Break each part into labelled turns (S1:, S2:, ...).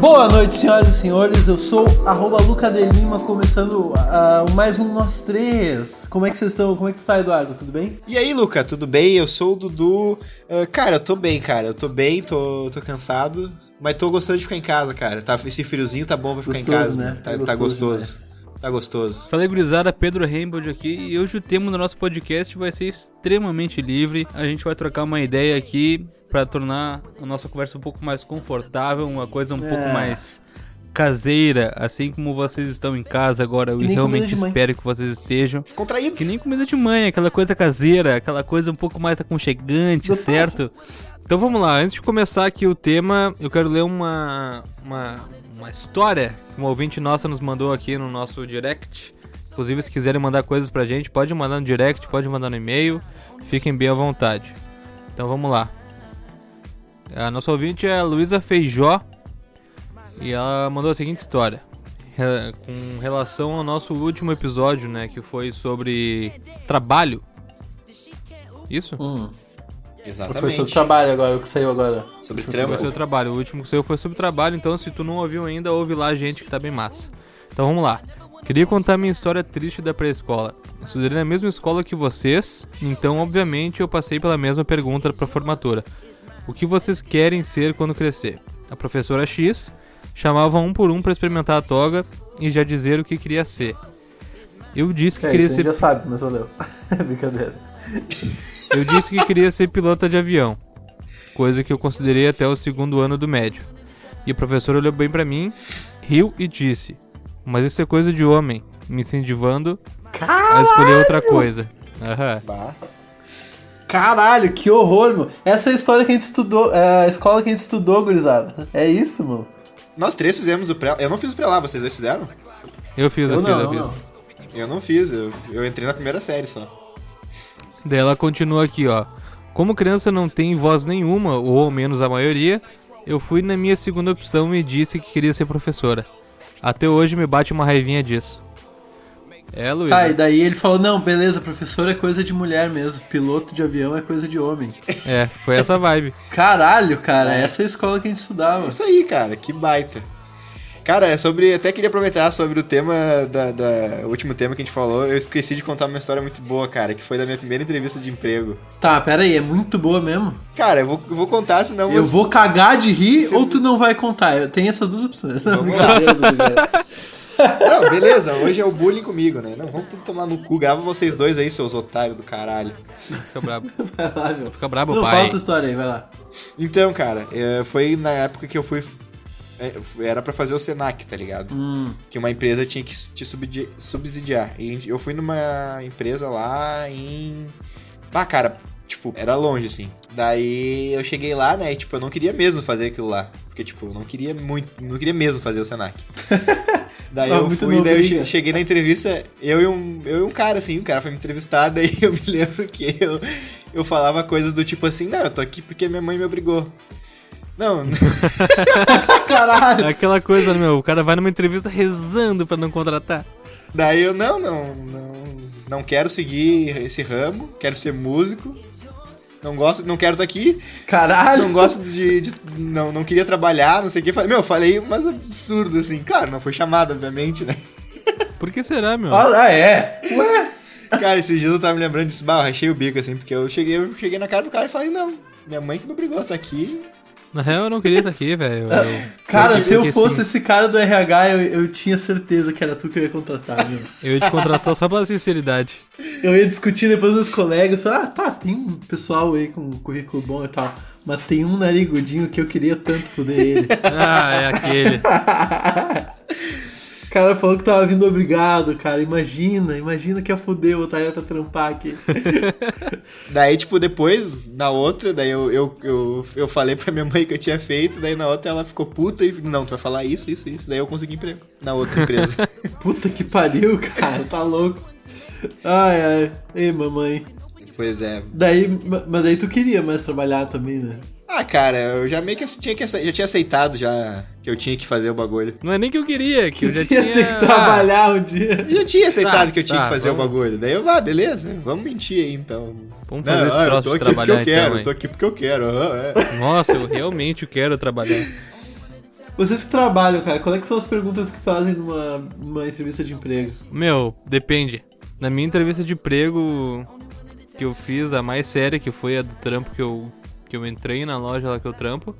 S1: Boa noite, senhoras e senhores. Eu sou arroba Luca de Lima, começando ah, mais um Nós Três. Como é que vocês estão? Como é que tu tá, Eduardo? Tudo bem?
S2: E aí, Luca, tudo bem? Eu sou o Dudu. Ah, cara, eu tô bem, cara. Eu tô bem, tô, tô cansado. Mas tô gostando de ficar em casa, cara. Tá, esse friozinho tá bom pra ficar em casa. Tá tá gostoso.
S1: demais.
S2: Tá gostoso.
S3: Fala aí, gurizada, Pedro Rainbold aqui e hoje o tema do nosso podcast vai ser extremamente livre. A gente vai trocar uma ideia aqui pra tornar a nossa conversa um pouco mais confortável, uma coisa um
S1: É.
S3: pouco mais caseira, assim como vocês estão em casa agora. Eu
S1: nem
S3: realmente
S1: comida de mãe.
S3: espero que vocês estejam.
S2: Descontraído.
S3: Que nem comida de mãe, aquela coisa caseira, aquela coisa um pouco mais aconchegante,
S1: Gostoso.
S3: certo? Então vamos lá, antes de começar aqui o tema, eu quero ler uma, uma, uma história que uma ouvinte nossa nos mandou aqui no nosso direct. Inclusive, se quiserem mandar coisas pra gente, pode mandar no direct, pode mandar no e-mail, fiquem bem à vontade. Então vamos lá. A nossa ouvinte é a Luísa Feijó e ela mandou a seguinte história. Re- Com relação ao nosso último episódio, né? Que foi sobre trabalho. Isso?
S1: Hum, foi
S2: Exatamente.
S1: sobre trabalho agora, o que saiu agora.
S2: Sobre
S3: Foi
S2: trama.
S3: sobre trabalho. O último que saiu foi sobre trabalho, então se tu não ouviu ainda, ouve lá, gente, que tá bem massa. Então vamos lá. Queria contar minha história triste da pré-escola. Estudei na mesma escola que vocês, então obviamente eu passei pela mesma pergunta pra formatura. O que vocês querem ser quando crescer? A professora X chamava um por um pra experimentar a toga e já dizer o que queria ser. Eu disse que
S1: É,
S3: queria
S1: isso
S3: ser
S1: você já sabe, mas valeu. Brincadeira.
S3: eu disse que queria ser pilota de avião, coisa que eu considerei até o segundo ano do médio. E o professor olhou bem pra mim, riu e disse: Mas isso é coisa de homem, me incentivando a escolher outra coisa. Aham.
S2: Bah.
S1: Caralho, que horror, meu. Essa é a história que a gente estudou, é a escola que a gente estudou, gurizada. É isso, mano.
S2: Nós três fizemos o pré. Eu não fiz o pré lá, vocês dois fizeram?
S3: Eu fiz, eu,
S1: Eu
S3: fiz,
S1: não,
S3: eu
S1: eu
S3: fiz.
S1: não.
S2: Eu não fiz. Eu, eu entrei na primeira série só.
S3: Daí ela continua aqui, ó. Como criança não tem voz nenhuma, ou ao menos a maioria, eu fui na minha segunda opção e disse que queria ser professora. Até hoje me bate uma raivinha disso. É, Luiz.
S1: Tá, e daí ele falou, não, beleza, professor é coisa de mulher mesmo, piloto de avião é coisa de homem.
S3: É, foi essa vibe.
S1: Caralho, cara, essa é a escola que a gente estudava.
S2: É isso aí, cara. Que baita. Cara, é sobre. Até queria aproveitar sobre o tema da, da- O último tema que a gente falou. Eu esqueci de contar uma história muito boa, cara, que foi da minha primeira entrevista de emprego.
S1: Tá, pera aí, é muito boa mesmo.
S2: Cara, eu vou, eu vou contar, senão
S1: Eu
S2: você-
S1: vou cagar de rir ou tu não vai contar. Eu tenho essas duas opções. Não,
S2: Vamos lá.
S1: brincadeira, brincadeira.
S2: Não, beleza, hoje é o bullying comigo, né? Não, vamos tudo tomar no cu, grava vocês dois aí, seus otários do caralho.
S3: Fica brabo.
S1: Vai lá, meu.
S3: Fica brabo,
S1: Não,
S3: pai.
S1: falta história aí, vai lá.
S2: Então, cara, eh, foi na época que eu fui. eh, Era pra fazer o Senac, tá ligado?
S1: Hum,
S2: Que uma empresa tinha que te subdi- subsidiar. E eu fui numa empresa lá em. Ah, cara, tipo, era longe, assim. Daí eu cheguei lá, né? E, tipo, eu não queria mesmo fazer aquilo lá. Porque, tipo, eu não queria muito. Não queria mesmo fazer o Senac. Daí
S1: Tava
S2: eu
S1: Ah, muito
S2: fui,
S1: novo,
S2: daí eu
S1: diga.
S2: che- cheguei na entrevista, eu e, um, eu e um cara, assim, um cara foi me entrevistar, daí eu me lembro que eu, eu falava coisas do tipo assim, não, eu tô aqui porque minha mãe me obrigou. Não,
S1: Ah, Caralho.
S3: É Aquela coisa, meu, o cara vai numa entrevista rezando pra não contratar.
S2: Daí eu, não, não, não, não quero seguir esse ramo, quero ser músico. Não gosto, não quero estar aqui,
S1: Caralho.
S2: não gosto de, de- não, não queria trabalhar, não sei o que. Meu, falei umas absurdo assim. Claro, não foi chamado, obviamente, né?
S3: Por que será, meu?
S1: Ah, é. Ué.
S2: Cara, esses dias eu tava me lembrando disso, bah, eu rachei o bico assim, porque eu cheguei, eu cheguei na cara do cara e falei, não, minha mãe que me obrigou a estar aqui.
S3: Na real, eu não queria estar aqui, velho. Eu-
S1: Cara, se eu
S3: porque
S1: fosse
S3: sim.
S1: esse cara do RH, eu, eu tinha certeza que era tu que eu ia contratar, meu.
S3: Eu ia te contratar só pela sinceridade.
S1: Eu ia discutir depois dos colegas, falar, ah, tá, tem um pessoal aí com um currículo bom e tal, mas tem um narigudinho que eu queria tanto foder ele.
S3: Ah, é aquele.
S1: O cara falou que tava vindo obrigado, cara. Imagina, imagina que ia foder o Otário pra trampar aqui.
S2: Daí, tipo, depois, na outra, daí eu, eu, eu, eu falei pra minha mãe que eu tinha feito, daí na outra ela ficou puta e não, tu vai falar isso, isso, isso. Daí eu consegui emprego na outra empresa.
S1: Puta que pariu, cara, tá louco. Ai, ai. Ei, mamãe.
S2: Pois é.
S1: Daí, ma- mas daí tu queria mais trabalhar também, né?
S2: Ah, cara, eu já meio que ace- tinha que ace- já tinha aceitado já que eu tinha que fazer o bagulho.
S3: Não é nem que eu queria, que eu já
S1: Queria
S3: tinha...
S1: ter que trabalhar um dia.
S2: Eu já tinha aceitado
S3: Tá,
S2: que eu tinha
S3: tá,
S2: que fazer o
S3: vamos-
S2: bagulho. Daí eu, ah, beleza, vamos mentir aí então.
S3: Vamos fazer esse troço
S2: eu tô
S3: de
S2: aqui porque eu
S3: trabalhar, então,
S2: quero, eu
S3: hein?
S2: tô aqui porque eu quero. aham, é.
S3: Ah, nossa, eu realmente quero trabalhar.
S1: Vocês que trabalham, cara, quais é que são as perguntas que fazem numa, numa entrevista de emprego?
S3: Meu, depende. Na minha entrevista de emprego que eu fiz, a mais séria, que foi a do trampo que eu, que eu entrei na loja lá que eu trampo,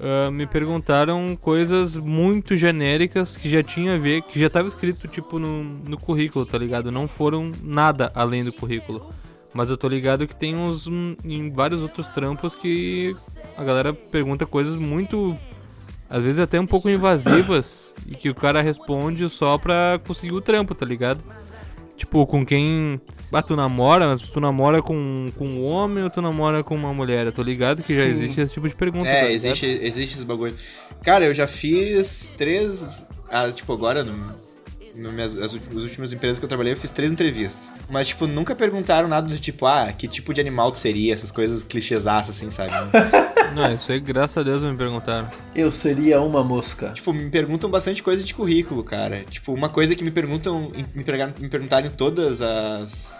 S3: ah, me perguntaram coisas muito genéricas que já tinha a ver, que já tava escrito, tipo, no, no currículo, tá ligado? Não foram nada além do currículo. Mas eu tô ligado que tem uns. hum, em vários outros trampos que a galera pergunta coisas muito às vezes até um pouco invasivas e que o cara responde só pra conseguir o trampo, tá ligado? Tipo, com quem. Ah, tu namora, mas tu namora com, com um homem ou tu namora com uma mulher? Eu tô ligado que já
S1: Sim.
S3: existe esse tipo de pergunta. tá
S2: É,
S3: ligado?
S2: existe, existe esse bagulho. Cara, eu já fiz três. Ah, tipo, agora no. no minhas, as, ulti- as últimas empresas que eu trabalhei, eu fiz três entrevistas. Mas, tipo, nunca perguntaram nada do tipo, ah, que tipo de animal tu seria, essas coisas clichêsaças, assim, sabe?
S3: Não, isso aí, graças a Deus, me perguntaram.
S1: Eu seria uma mosca.
S2: tipo, me perguntam bastante coisa de currículo, cara. Tipo, uma coisa que me perguntam, me, pregaram- me perguntaram em todas as.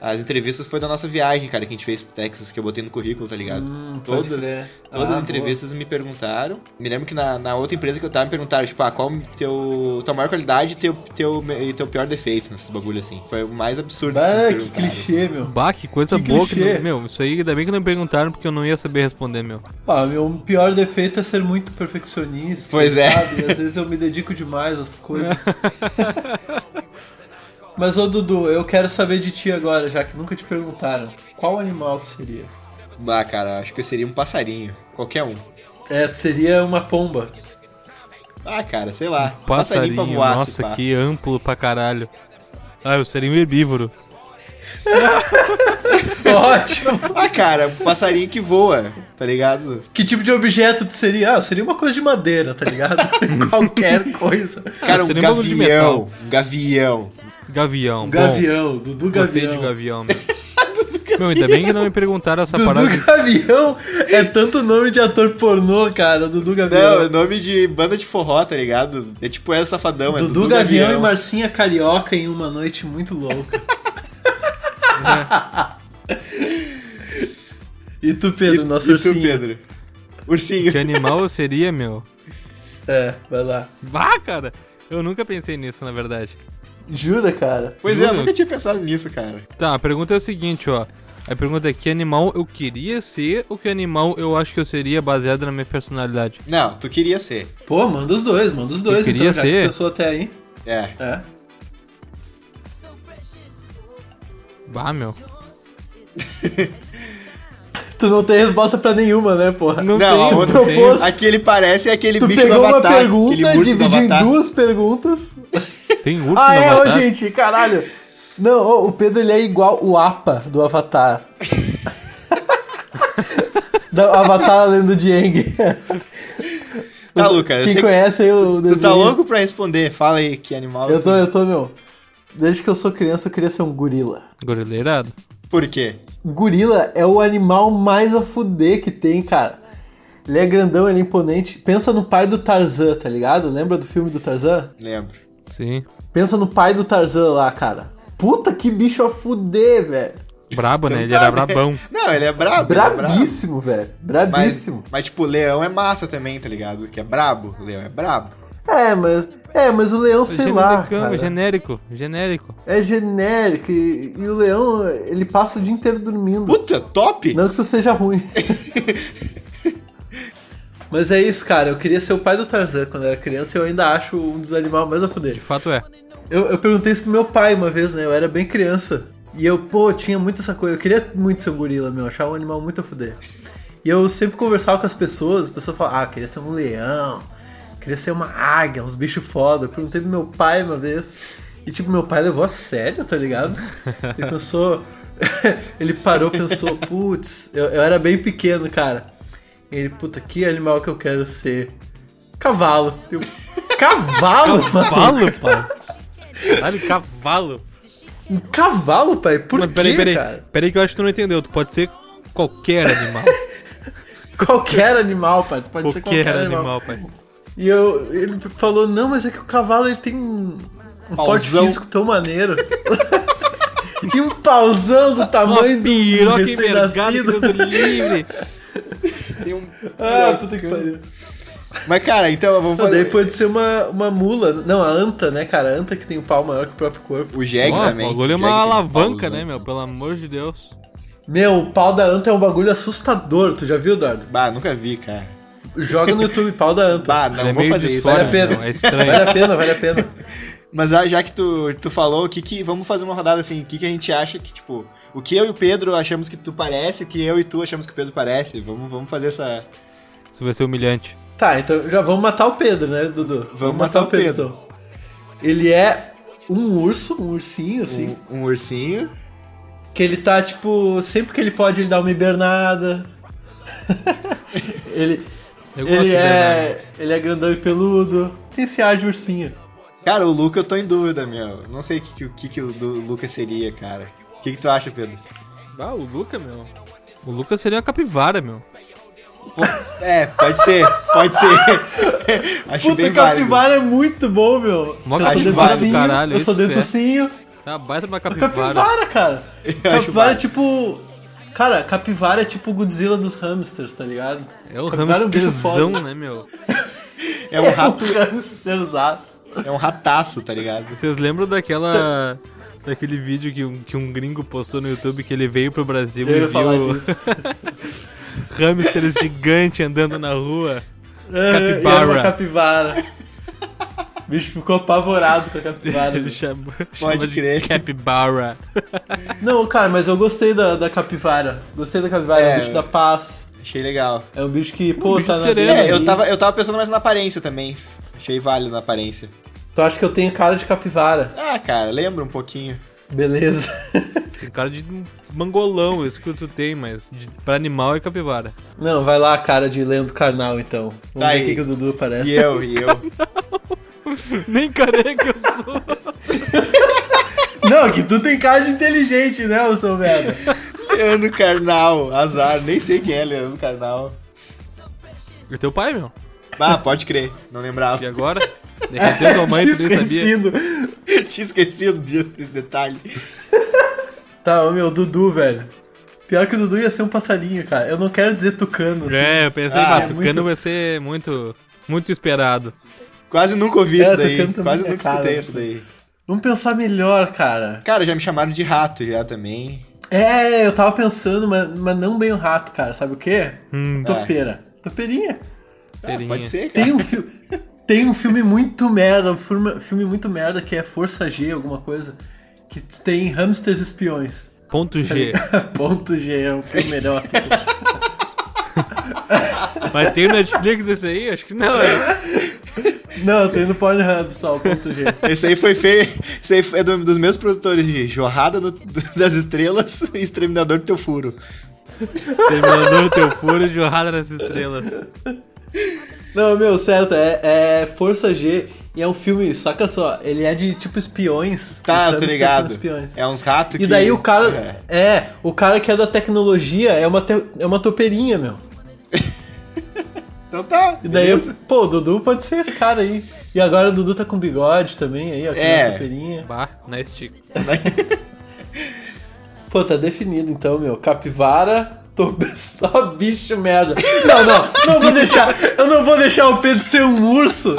S2: As entrevistas foi da nossa viagem, cara, que a gente fez pro Texas, que eu botei no currículo, tá ligado?
S1: Hum, pode
S2: todas.
S1: crer.
S2: Todas
S1: Ah,
S2: as entrevistas me perguntaram. Me lembro que na, na outra empresa que eu tava, me perguntaram, tipo, ah, qual teu, tua maior qualidade e teu, teu, e teu pior defeito nesses bagulho assim. Foi o mais absurdo
S1: boa. Ah,
S2: me
S1: que
S2: perguntaram. assim.
S1: clichê, meu.
S3: Bah, que coisa
S1: Que
S3: boa que.
S1: clichê.
S3: não- Meu, isso aí ainda bem que não me perguntaram porque eu não ia saber responder, meu.
S1: Ah, meu pior defeito é ser muito perfeccionista.
S2: Pois é.
S1: Sabe? Às vezes eu me dedico demais às coisas. Mas, ô Dudu, eu quero saber de ti agora, já que nunca te perguntaram. Qual animal tu seria?
S2: Bah, cara, acho que eu seria um passarinho. Qualquer um.
S1: É, tu seria uma pomba.
S2: Ah, cara, sei lá.
S1: Um
S3: Passarinho,
S2: passarinho pra voar, se
S3: nossa,
S2: pá.
S3: que amplo pra caralho. Ah, eu seria um herbívoro.
S1: Ótimo!
S2: Ah, cara, um passarinho que voa, tá ligado?
S1: Que tipo de objeto tu seria? Ah, eu seria uma coisa de madeira, tá ligado? Qualquer coisa.
S2: Cara, um
S3: seria um bagulho de metal.
S2: gavião. Um gavião.
S3: Gavião.
S1: Um
S3: bom.
S1: gavião, Dudu
S3: Gostei
S1: Gavião.
S3: de gavião, meu. meu, ainda bem que não me perguntaram essa
S1: Dudu
S3: parada.
S1: Gavião é tanto nome de ator pornô, cara. Dudu
S2: Não, é
S1: Gavião.
S2: nome de banda de forró, tá ligado? É tipo é safadão, é
S1: Dudu, Gavião, e Marcinha Carioca em uma noite muito louca. e tu, Pedro, nosso
S2: e tu,
S1: ursinho.
S2: Pedro? Ursinho.
S3: Que é animal eu seria, meu?
S1: É, vai lá.
S3: Bah, cara! Eu nunca pensei nisso, na verdade.
S1: Jura, cara?
S2: Pois é, eu
S3: Juro.
S2: nunca tinha pensado nisso, cara.
S3: Tá, a pergunta é o seguinte, ó. A pergunta é que animal eu queria ser ou que animal eu acho que eu seria baseado na minha personalidade?
S2: Não, tu queria ser.
S1: Pô, manda os dois, manda os dois.
S3: Eu queria
S1: então, já que
S3: ser.
S1: tu pensou até aí.
S2: É.
S1: É.
S3: Bah, meu.
S1: Tu não tem resposta pra nenhuma, né, porra?
S3: Não,
S2: Não, a
S3: tenho,
S2: outra-
S3: não tenho.
S1: Nossa.
S2: Aquele parece é aquele
S1: Tu
S2: bicho
S1: pegou
S2: do
S1: uma
S2: Avatar.
S1: pergunta,
S2: aquele urso do
S1: dividiu em
S2: Avatar.
S1: duas perguntas.
S3: Tem urso
S1: Ah,
S3: no
S1: é, ô,
S3: Avatar?
S1: gente, caralho. Não, ô, o Pedro ele é igual o APA do Avatar. do Avatar a Lenda de Aang.
S2: Tá, Luca, eu
S1: Quem
S2: sei que
S1: conhece aí o
S2: Tu
S1: desenho.
S2: tá louco pra responder? Fala aí que animal.
S1: Eu tô,
S2: tu-
S1: eu tô, meu. Desde que eu sou criança, eu queria ser um gorila.
S3: Gorileirado.
S2: Por quê?
S1: Gorila é o animal mais a fuder que tem, cara. Ele é grandão, ele é imponente. Pensa no pai do Tarzan, tá ligado? Lembra do filme do Tarzan?
S2: Lembro.
S3: Sim.
S1: Pensa no pai do Tarzan lá, cara. Puta que bicho a fuder, velho.
S3: Brabo, né? Ele
S2: Então
S3: era
S2: tá, né?
S3: brabão.
S2: Não, ele é brabo. ele é brabo.
S1: Brabíssimo, velho.
S2: Mas,
S1: Brabíssimo.
S2: mas, tipo, leão é massa também, tá ligado? Que é brabo. Leão é brabo.
S1: É, mas. É, mas o leão, sei lá.
S3: Genericão,
S1: cara.
S3: genérico, genérico.
S1: É genérico. E, e o leão, ele passa o dia inteiro dormindo.
S2: Puta, top!
S1: Não que isso seja ruim. mas é isso, cara. Eu queria ser o pai do Tarzan quando eu era criança e eu ainda acho um dos animais mais a
S3: De
S1: fuder.
S3: fato é.
S1: Eu, eu perguntei isso pro meu pai uma vez, né? Eu era bem criança. E eu, pô, tinha muito essa coisa. Eu queria muito ser um gorila, meu. Eu Achava um animal muito a fuder. E eu sempre conversava com as pessoas. As pessoas falavam, ah, eu queria ser um leão. Queria ser uma águia, uns bichos foda. Eu perguntei pro meu pai uma vez. E, tipo, meu pai levou a sério, tá ligado? Ele pensou... ele parou, pensou, putz... Eu, eu era bem pequeno, cara. Ele, puta, que animal que eu quero ser? Cavalo. Eu, cavalo, mano?
S3: Cavalo, pai. Caralho, cavalo.
S1: Um cavalo, pai? Por
S3: Mas
S1: quê,
S3: peraí, peraí.
S1: cara?
S3: Peraí que eu acho que tu não entendeu. Tu pode ser qualquer animal.
S1: Qualquer animal, pai. Pode ser
S3: qualquer animal, pai.
S1: E eu, ele falou, não, mas é que o cavalo ele tem um, um porte
S2: Pauzão.
S1: físico tão maneiro. e um pauzão do
S3: Uma
S1: tamanho um do
S3: piroca envergada que Deus
S1: recém-nascido.
S3: o livre.
S2: Tem um.
S1: Ah, puta que Ah, pariu.
S2: Mas, cara, então, vamos
S1: Não, daí
S2: fazer...
S1: pode ser uma, uma mula. Não, a anta, né, cara? A anta que tem o pau maior que o próprio corpo.
S2: O Jeg
S3: Ó,
S2: também.
S3: O bagulho é
S2: Jeg
S3: uma
S2: tem
S3: alavanca,
S2: pausa.
S3: né, meu? Pelo amor de Deus.
S1: Meu, o pau da anta é um bagulho assustador, tu já viu, Eduardo?
S2: Bah, nunca vi, cara.
S1: Joga no YouTube, pau da anta.
S2: Bah, não
S3: Ele é
S2: vou
S3: meio
S2: fazer isso. né?
S3: disforme,
S1: vale a pena.
S3: meu, É estranho.
S1: Vale a pena, vale a pena.
S2: Mas ah, já que tu, tu falou, o que que... Vamos fazer uma rodada assim, o que que a gente acha que, tipo... O que eu e o Pedro achamos que tu parece, o que eu e tu achamos que o Pedro parece. Vamos, vamos fazer essa...
S3: Isso vai ser humilhante.
S1: Tá, então já vamos matar o Pedro, né, Dudu? Vamos,
S2: matar o Pedro.
S1: então. Ele é um urso, um ursinho, assim.
S2: Um, um ursinho.
S1: Que ele tá, tipo, sempre que ele pode, ele dá uma hibernada. ele
S3: Eu gosto
S1: ele
S3: de
S1: é,
S3: Bernardo.
S1: ele é grandão e peludo. Tem esse ar de ursinho.
S2: Cara, o Luca eu tô em dúvida, meu. Não sei o que, que- o que, que o do Luca seria, cara. O que, que tu acha, Pedro?
S3: Ah, o Luca, meu. O Luca seria uma capivara, meu.
S2: Pô, É, pode ser, pode ser. Acho
S1: Puta,
S2: bem válido.
S1: capivara é muito bom, meu.
S3: Mó
S1: eu
S2: capivara
S1: sou
S2: do
S1: dentucinho,
S3: caralho,
S1: eu sou
S3: isso é.
S1: dentucinho.
S3: Tá uma baita de uma capivara.
S1: Capivara, cara.
S2: acho
S1: Capivara é
S2: válido.
S1: tipo. Cara, capivara é tipo o Godzilla dos hamsters, tá ligado?
S3: É o
S1: Capivara um bicho
S3: hamsterzão,
S1: foda.
S3: né, meu?
S2: É um rato,
S1: É um hamsterzaço.
S2: é um rataço, tá ligado?
S3: Vocês lembram daquela... Daquele vídeo que um, que um gringo postou no YouTube que ele veio pro Brasil
S1: Eu
S3: e
S1: ia falar
S3: viu
S1: disso.
S3: hamsters gigantes andando na rua?
S1: É,
S3: Capivara.
S1: e era uma capivara. O bicho ficou apavorado com a capivara.
S3: Ele
S1: bicho.
S3: chama,
S2: Pode
S3: de
S2: crer.
S3: Capibara.
S1: Não, cara, mas eu gostei da, da capivara. Gostei da capivara, é
S2: É.
S1: um bicho da paz.
S2: Achei legal.
S1: É um bicho que, pô,
S3: bicho
S1: tá na
S3: sereno.
S1: dele
S2: É, eu
S1: ali.
S2: tava, eu tava pensando mais na aparência também. Achei válido na aparência.
S1: Tu acha que eu tenho cara de capivara?
S2: Ah, cara, lembra um pouquinho.
S1: Beleza.
S3: Tem cara de mangolão, isso que tu tem, mas de, pra animal é capivara.
S1: Não, vai lá a cara de Leandro Carnal, então. Vamos
S2: Tá
S1: ver
S2: aí.
S1: o que que o Dudu parece.
S2: E eu, e eu.
S3: Nem careca eu sou.
S1: Não, é que tu tem cara de inteligente, né, ô seu merda?
S2: Leandro Carnal, azar. Nem sei quem é Leandro Carnal.
S3: E teu pai, meu?
S2: Ah, pode crer, não lembrava.
S3: E agora? Derreteu tua mãe, tu nem sabia.
S1: Esquecido.
S2: Tinha esquecido disso- desse detalhe.
S1: Tá, ô meu, Dudu, velho. Pior que o Dudu ia ser um passarinho, cara. Eu não quero dizer tucano, assim.
S3: É, eu pensei,
S2: Ah,
S3: ah,
S2: é
S3: Tucano
S1: muito-
S3: vai ser muito, muito esperado.
S2: Quase nunca ouvi
S1: É,
S2: isso
S1: tô
S2: daí.
S1: cantando
S2: Quase
S1: minha
S2: nunca
S1: cara.
S2: escutei isso daí.
S1: Vamos pensar melhor, cara.
S2: Cara, já me chamaram de rato já também.
S1: É, eu tava pensando, mas, mas não bem o rato, cara. Sabe o quê?
S3: Hum.
S1: Topeira. Topeirinha.
S2: Ah,
S3: Feirinha.
S2: pode ser, cara.
S1: Tem um filme... Tem um filme muito merda, um filme, filme muito merda que é Força G, alguma coisa, que tem hamsters espiões.
S3: Ponto G.
S1: Ponto G é um filme melhor.
S3: Mas tem o Netflix isso aí? Acho que não. É.
S1: Não, tem no Pornhub só, o ponto G.
S2: Esse aí foi feio. Esse aí é do- dos meus produtores de Jorrada do- do- das Estrelas e Exterminador do Teu Furo.
S3: Terminador teu furo, jorrada nas estrelas.
S1: Não, meu, certo, é, é Força G e é um filme, saca só, ele é de tipo espiões.
S2: Tá,
S1: os
S2: tô
S1: hamsters
S2: ligado.
S1: são Espiões.
S2: É uns ratos que.
S1: E daí o cara.
S2: É.
S1: É. o cara que é da tecnologia é uma, te- é uma topeirinha, meu.
S2: Então tá.
S1: E daí,
S2: beleza.
S1: pô, o Dudu pode ser esse cara aí. E agora o Dudu tá com bigode também aí, ó, que é
S2: É.
S1: uma topeirinha.
S3: Bah, nice chick.
S1: Pô, tá definido então, meu. Capivara, tô... só bicho merda. Não, não, não vou deixar. Eu não vou deixar o Pedro ser um urso.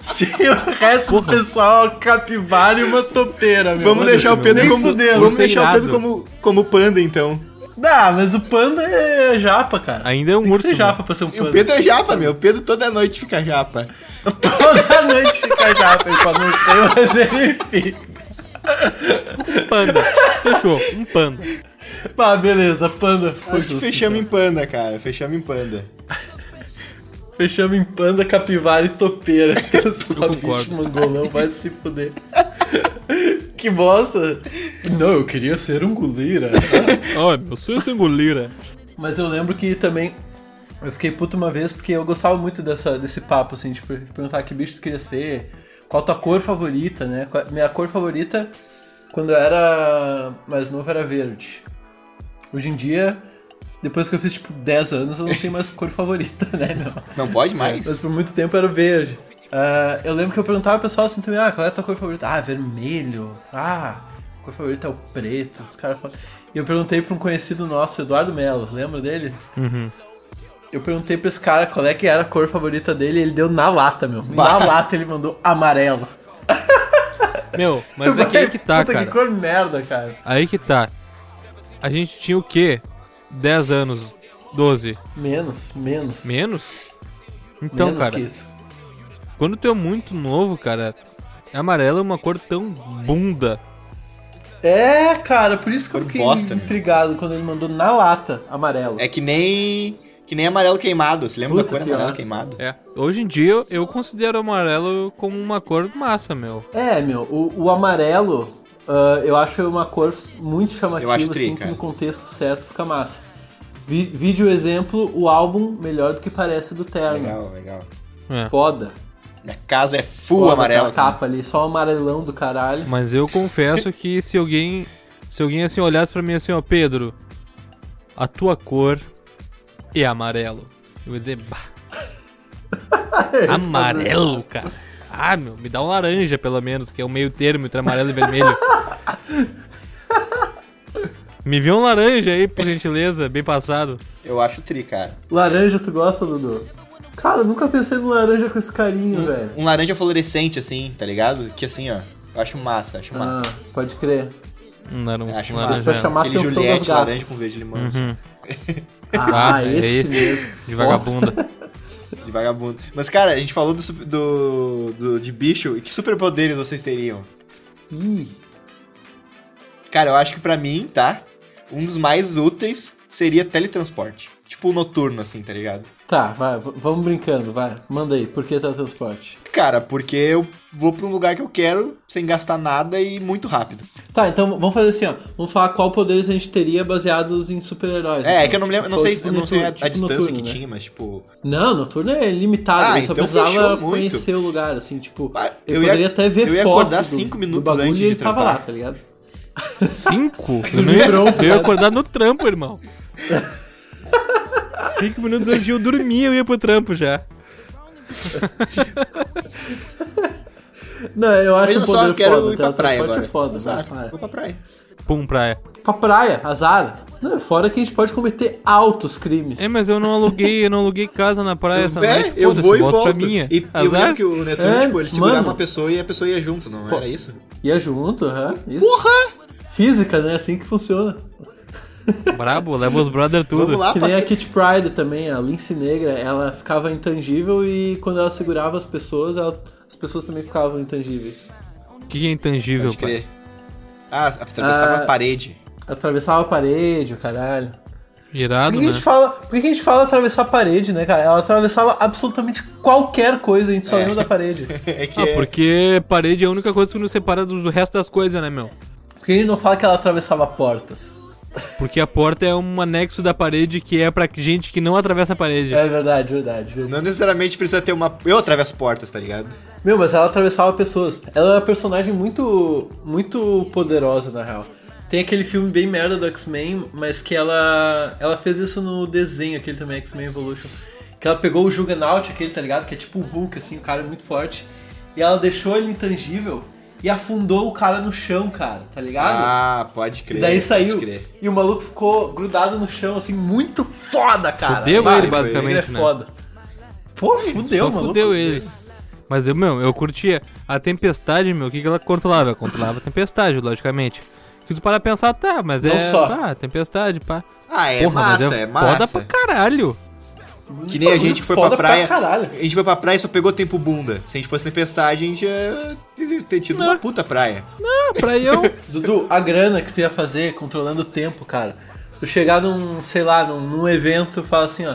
S1: Se o resto do pessoal é uma capivara e uma topeira, meu.
S2: Vamos deixar o Pedro
S1: Nem
S2: como.
S1: fudendo.
S2: Vamos
S3: sei
S2: deixar o Pedro
S3: nada.
S2: como, como panda, então.
S1: Ah, mas o panda é japa, cara.
S3: Ainda é um
S1: Tem que
S3: urso,
S1: ser
S3: né?
S1: japa pra ser um
S2: E o
S1: panda.
S2: Pedro é japa, meu. O Pedro toda noite fica japa.
S1: Toda noite fica japa, ele fala, não sei, mas ele fica.
S3: Um Panda. Fechou. Um panda.
S1: Ah, beleza, panda. ficou
S2: Acho que
S1: justo,
S2: fechamos em
S1: então.
S2: panda, cara. Fechamos em panda.
S1: Fechamos em panda, capivara e topeira. Só bicho
S3: concordo.
S1: mangolão, vai se fuder. que bosta. Não, eu queria ser um guleira.
S3: Ó, meu sonho é ser engolira.
S1: Mas eu lembro que também eu fiquei puto uma vez porque eu gostava muito dessa, desse papo, assim, de per- de perguntar que bicho tu queria ser, qual tua cor favorita, né? Qual- Minha cor favorita quando eu era mais novo era verde. Hoje em dia, depois que eu fiz tipo 10 anos, eu não tenho mais cor favorita, né, meu?
S2: Não pode
S1: Mas
S2: mais?
S1: por muito tempo era verde. Ah, eu lembro que eu perguntava ao pessoal assim também, ah, qual é a tua cor favorita? Ah, vermelho. Ah, a cor favorita é o preto. Os caras falam. E eu perguntei pra um conhecido nosso, Eduardo Melo, lembra dele?
S3: Uhum.
S1: Eu perguntei pra esse cara qual é que era a cor favorita dele e ele deu na lata, meu.
S2: Bah.
S1: Na lata ele mandou amarelo.
S3: Meu, mas é que aí que tá,
S1: Puta
S3: cara.
S1: que cor merda, cara.
S3: Aí que tá. A gente tinha o quê? 10 anos? 12?
S1: Menos, menos.
S3: Menos? Então,
S1: menos
S3: cara,
S1: que isso.
S3: quando tu é muito novo, cara, amarelo é uma cor tão bunda.
S1: É, cara, por isso que eu
S2: Cor
S1: fiquei
S2: bosta, meu.
S1: intrigado quando ele mandou na lata amarelo.
S2: É que nem. Que nem amarelo queimado. Você lembra
S1: Puta
S2: da cor
S1: que
S2: amarelo
S1: lá.
S2: queimado?
S3: É. Hoje em dia eu- eu considero amarelo como uma cor massa, meu.
S1: É, meu, o, o amarelo ah, eu acho uma cor muito chamativa,
S2: Eu acho tri,
S1: assim, que
S2: cara.
S1: no contexto certo fica massa. Vi, vide o exemplo, o álbum Melhor do que Parece do Terno.
S2: Legal, legal.
S3: É.
S1: Foda.
S2: Minha casa é full amarela.
S1: aquela capa ali, só o amarelão do caralho.
S3: Mas eu confesso que se alguém. Se alguém assim olhasse pra mim assim, ó, Pedro, a tua cor é amarelo. Eu ia dizer, bah, É
S1: É,
S3: amarelo, cara. Ah, meu, me dá um laranja, pelo menos, que é o meio termo entre amarelo e vermelho. Me vê um laranja aí, por gentileza, bem passado.
S2: Eu acho tri, cara.
S1: Laranja, tu gosta, Dudu? Cara, eu nunca pensei no laranja com esse carinho, velho.
S2: Um laranja fluorescente, assim, tá ligado? Que assim, ó. Eu acho massa, acho
S1: Ah,
S2: massa.
S1: pode crer.
S3: Não era um
S2: Eu acho
S3: um
S2: massa.
S1: Isso pra
S3: laranja.
S1: chamar a
S2: Aquele
S1: atenção das
S2: Juliette
S1: gatas.
S2: laranja com verde limão, assim,
S3: Uhum.
S1: Ah,
S3: é
S1: esse,
S3: esse.
S1: mesmo.
S3: De vagabunda.
S2: de vagabundo. Mas, cara, a gente falou do, sup- do, do- de bicho. E que superpoderes vocês teriam?
S1: Ih,
S2: Cara, eu acho que pra mim, tá? Um dos mais úteis seria teletransporte. Tipo o noturno, assim, tá ligado?
S1: tá, vai, v- vamos brincando, vai. Manda aí, por que tá teletransporte?
S2: Cara, porque eu vou pra um lugar que eu quero sem gastar nada e muito rápido.
S1: Tá, então vamos fazer assim, ó. Vamos falar qual poderes a gente teria baseados em super-heróis.
S2: É,
S1: então.
S2: é que eu não me lembro, eu não
S1: Tipo,
S2: sei,
S1: tipo
S2: eu não sei a, a
S1: noturno, tipo
S2: distância
S1: noturno,
S2: que
S1: né?
S2: tinha, mas tipo.
S1: Não, noturno é limitado,
S2: Ah,
S1: ele só
S2: então
S1: precisava
S2: fechou muito.
S1: conhecer o lugar, assim, tipo,
S2: Ah,
S1: ele
S2: eu ia-
S1: poderia até ver
S2: eu ia
S1: foto
S2: acordar
S1: do-
S2: cinco
S1: do
S2: minutos
S1: bagulho
S2: antes
S1: e
S2: de
S1: ele tava
S2: trampar.
S1: lá, tá ligado?
S3: Cinco? Eu não ia, eu ia acordar no trampo, irmão. Cinco minutos antes de eu dormir, eu ia pro trampo já.
S1: Não, eu acho
S2: Eu
S1: um
S2: só
S1: poder
S2: quero
S1: foda,
S2: ir pra praia
S1: teletransporte
S2: agora.
S1: é foda,
S2: Azar,
S1: vai,
S2: vou
S1: para.
S2: pra praia.
S3: Pum, praia.
S1: Pra praia, azar. Não, fora que a gente pode cometer altos crimes.
S3: É, mas eu não aluguei, eu não aluguei casa na praia essa
S2: é,
S3: noite.
S2: eu
S3: foda-se,
S2: vou e
S3: volto pra
S2: volto.
S3: minha.
S2: E eu
S3: Azar?
S2: lembro que o Netuno,
S1: É,
S2: tipo, ele segurava
S1: mano.
S2: uma pessoa e a pessoa ia junto, não era isso?
S1: Ia junto, aham. isso. Física, né? Assim que funciona.
S3: Brabo, leva os brother tudo.
S2: Vamos lá,
S1: Que nem
S2: passa-
S1: a Kit Pride também, a Lince Negra, ela ficava intangível e quando ela segurava as pessoas, ela- as pessoas também ficavam intangíveis.
S3: Que é intangível,
S2: Pode
S3: pai.
S2: crer. Ah, atravessava
S1: Ah.
S2: a parede.
S1: Atravessava a parede, o caralho. Por
S3: Irado,
S1: que,
S3: né?
S1: a gente fala, por que a gente fala atravessar a parede, né, cara? Ela atravessava absolutamente qualquer coisa, a gente só
S2: É.
S1: lembra da parede.
S2: É que
S3: Ah, porque parede é a única coisa que nos separa do do resto das coisas, né, meu?
S1: Por que a gente não fala que ela atravessava portas?
S3: Porque a porta é um anexo da parede que é pra gente que não atravessa a parede.
S1: É verdade, verdade. verdade.
S2: não necessariamente precisa ter uma. Eu atravesso portas, tá ligado?
S1: Meu, mas ela atravessava pessoas. Ela é uma personagem muito, muito poderosa, na real. Tem aquele filme bem merda do X-Men, mas que ela ela fez isso no desenho, aquele também, X-Men Evolution. Que ela pegou o Juggernaut, aquele, tá ligado? Que é tipo um Hulk, assim, o cara é muito forte. E ela deixou ele intangível e afundou o cara no chão, cara, tá ligado?
S2: Ah, pode crer.
S1: E daí saiu.
S2: Pode crer.
S1: E o maluco ficou grudado no chão, assim, muito foda, cara.
S3: Fudeu
S1: Bah,
S3: ele,
S1: esse
S3: basicamente,
S1: é
S3: né?
S1: foda. Pô, fudeu,
S3: Só
S1: mano.
S3: fudeu ele. Mas eu, meu, eu curtia. A tempestade, meu, o que, que ela controlava? Controlava a tempestade, logicamente. Que tu para pensar, tá, mas
S1: Não
S3: é.
S1: só.
S3: Pá, tempestade, pá.
S2: Ah, é
S3: mas
S2: massa, é, massa.
S3: Foda pra caralho.
S2: Que nem a gente que foi pra
S1: Foda
S2: praia.
S1: caralho.
S2: a gente foi pra praia e só pegou tempo bunda. Se a gente fosse tempestade, a gente ia ter- ter tido uma puta praia.
S3: Ah, praião.
S1: Dudu, a grana que tu ia fazer controlando o tempo, cara. Tu chegar num, sei lá, num, num evento e fala assim, ó.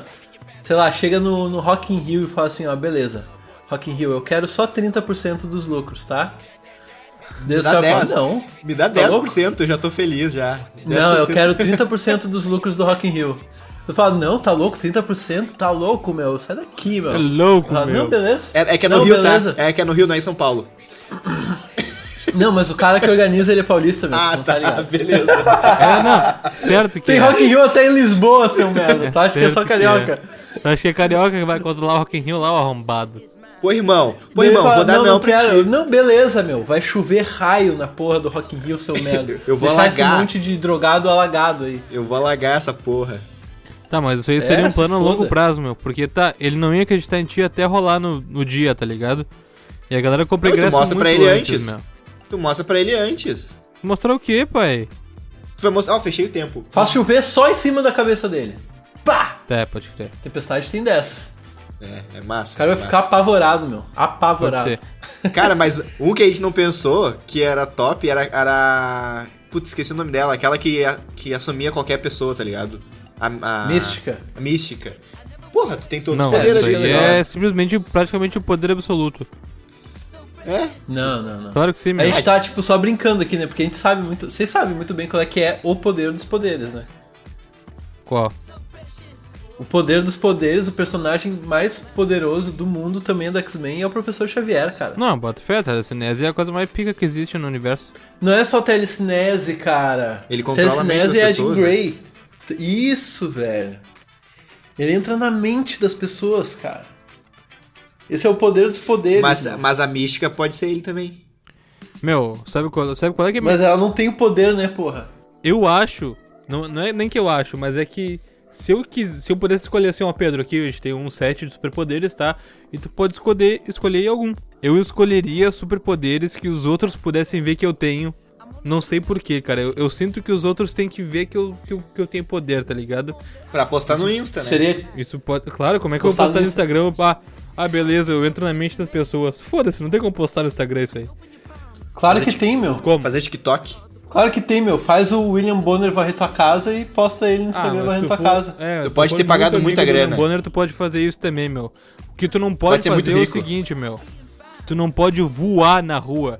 S1: Sei lá, chega no, no Rock in Rio e fala assim, ó, beleza. Rock in Rio, eu quero só 30% dos lucros, tá? Deus
S2: dá
S1: vai falar,
S2: 10.
S1: não.
S2: Me dá
S1: Tá
S2: 10%, eu já tô feliz já.
S1: Não, eu
S2: 10%.
S1: quero 30% dos lucros do Rock in Rio. Tu fala, não, tá louco, 30%? Tá louco, meu. Sai daqui, meu.
S3: É louco,
S1: Eu falo,
S3: meu.
S1: Não, beleza.
S2: É, é que é no
S1: não,
S2: Rio,
S1: beleza.
S2: tá? É que é no Rio, não é em São Paulo.
S1: Não, mas o cara que organiza ele é paulista, meu.
S2: Ah,
S1: não
S2: tá,
S1: ligado?
S2: beleza.
S3: É, não. Certo que
S1: Tem
S3: é.
S1: Rock in Rio até em Lisboa, seu merda. Tu acha que é só
S3: Certo
S1: carioca?
S3: é. Tu acha que é carioca que vai controlar o Rock in Rio lá, o arrombado.
S2: Pô, irmão. Pô,
S1: Daí
S2: irmão,
S1: fala,
S2: vou dar não, pra
S1: quero.
S2: ti.
S1: Não, beleza, meu. Vai chover raio na porra do Rock in Rio, seu merda.
S2: Eu vou
S1: Deixar esse
S2: alagar.
S1: monte de drogado alagado aí.
S2: Eu vou alagar essa porra.
S3: Tá, mas isso aí seria
S1: É,
S3: um plano a
S1: se
S3: longo
S1: foda.
S3: prazo, meu. Porque tá, ele não ia acreditar em ti até rolar no, no dia, tá ligado? E a galera compra
S2: Não, tu
S3: ingresso
S2: mostra
S3: muito
S2: pra ele antes.
S3: meu.
S2: Tu mostra pra ele antes.
S3: Mostrar o quê, pai?
S2: Tu vai mostrar. Ó, fechei o tempo.
S1: Faz chover só em cima da cabeça dele. Pá!
S3: Tá, pode crer.
S1: Tempestade tem dessas.
S2: É, é massa.
S1: O cara
S2: é
S1: vai
S2: massa.
S1: ficar apavorado, meu.
S3: Pode
S1: Apavorado.
S3: ser.
S2: Cara, mas um que a gente não pensou, que era top, era. era... Putz, esqueci o nome dela, aquela que, que assumia qualquer pessoa, tá ligado? A, a-
S1: Mística.
S2: a mística. Porra, tu tem todos
S3: Não,
S2: os poderes
S3: isso
S2: ali,
S1: dele,
S2: tá
S3: aí
S2: ligado?
S3: é simplesmente praticamente o poder absoluto.
S2: É?
S1: Não, não, não.
S3: Claro que sim,
S1: A
S3: Então, meu.
S1: gente tá, tipo, só brincando aqui, né? Porque a gente sabe muito. Vocês sabem muito bem qual é que é o poder dos poderes, né?
S3: Qual?
S1: O poder dos poderes, o personagem mais poderoso do mundo também da X-Men é o Professor Xavier, cara.
S3: Não, bota fé, tá? A cinese é a coisa mais pica que existe no universo.
S1: Não é só telecinese, cara.
S2: Ele controla a mente
S1: telecinese
S2: das
S1: é
S2: pessoas, né?
S1: a Jean Grey. Isso, velho. Ele entra na mente das pessoas, cara. Esse é o poder dos poderes.
S2: Mas,
S1: mano.
S2: mas a mística pode ser ele também.
S3: Meu, sabe qual, sabe qual é que...
S1: Mas ela não tem o poder, né, porra?
S3: Eu acho, não, não é nem que eu acho, mas é que se eu quis, se eu pudesse escolher assim, ó, Pedro, aqui a gente tem um set de superpoderes, tá? E tu pode escolher, escolher algum. Eu escolheria superpoderes que os outros pudessem ver que eu tenho. Não sei porquê, cara. Eu, eu sinto que os outros têm que ver que eu, que eu, que eu tenho poder, tá ligado?
S2: Pra postar no Insta, né?
S1: Seria.
S3: Isso pode. Claro, como é que eu vou
S1: Postar
S3: postar
S1: no
S3: no Instagram? Ah, ah, beleza, eu entro na mente das pessoas. Foda-se, não tem como postar no Instagram isso aí.
S1: Claro
S2: é tipo
S1: que tem, meu.
S3: Como?
S2: Fazer TikTok.
S1: Claro que tem, meu. Faz o William Bonner varrer tua casa e posta ele no Instagram
S3: Ah, mas
S1: varrendo
S3: tu
S1: tua
S3: for-
S1: casa.
S3: é,
S2: Ah, Tu
S3: se
S2: pode
S3: for
S2: ter pagado
S3: muito
S2: muita
S3: amigo do
S2: grana.
S3: William Bonner, tu pode fazer isso também, meu. O que tu não pode,
S2: Pode ser muito
S3: fazer é o
S2: rico.
S3: seguinte, meu. Tu não pode voar na rua.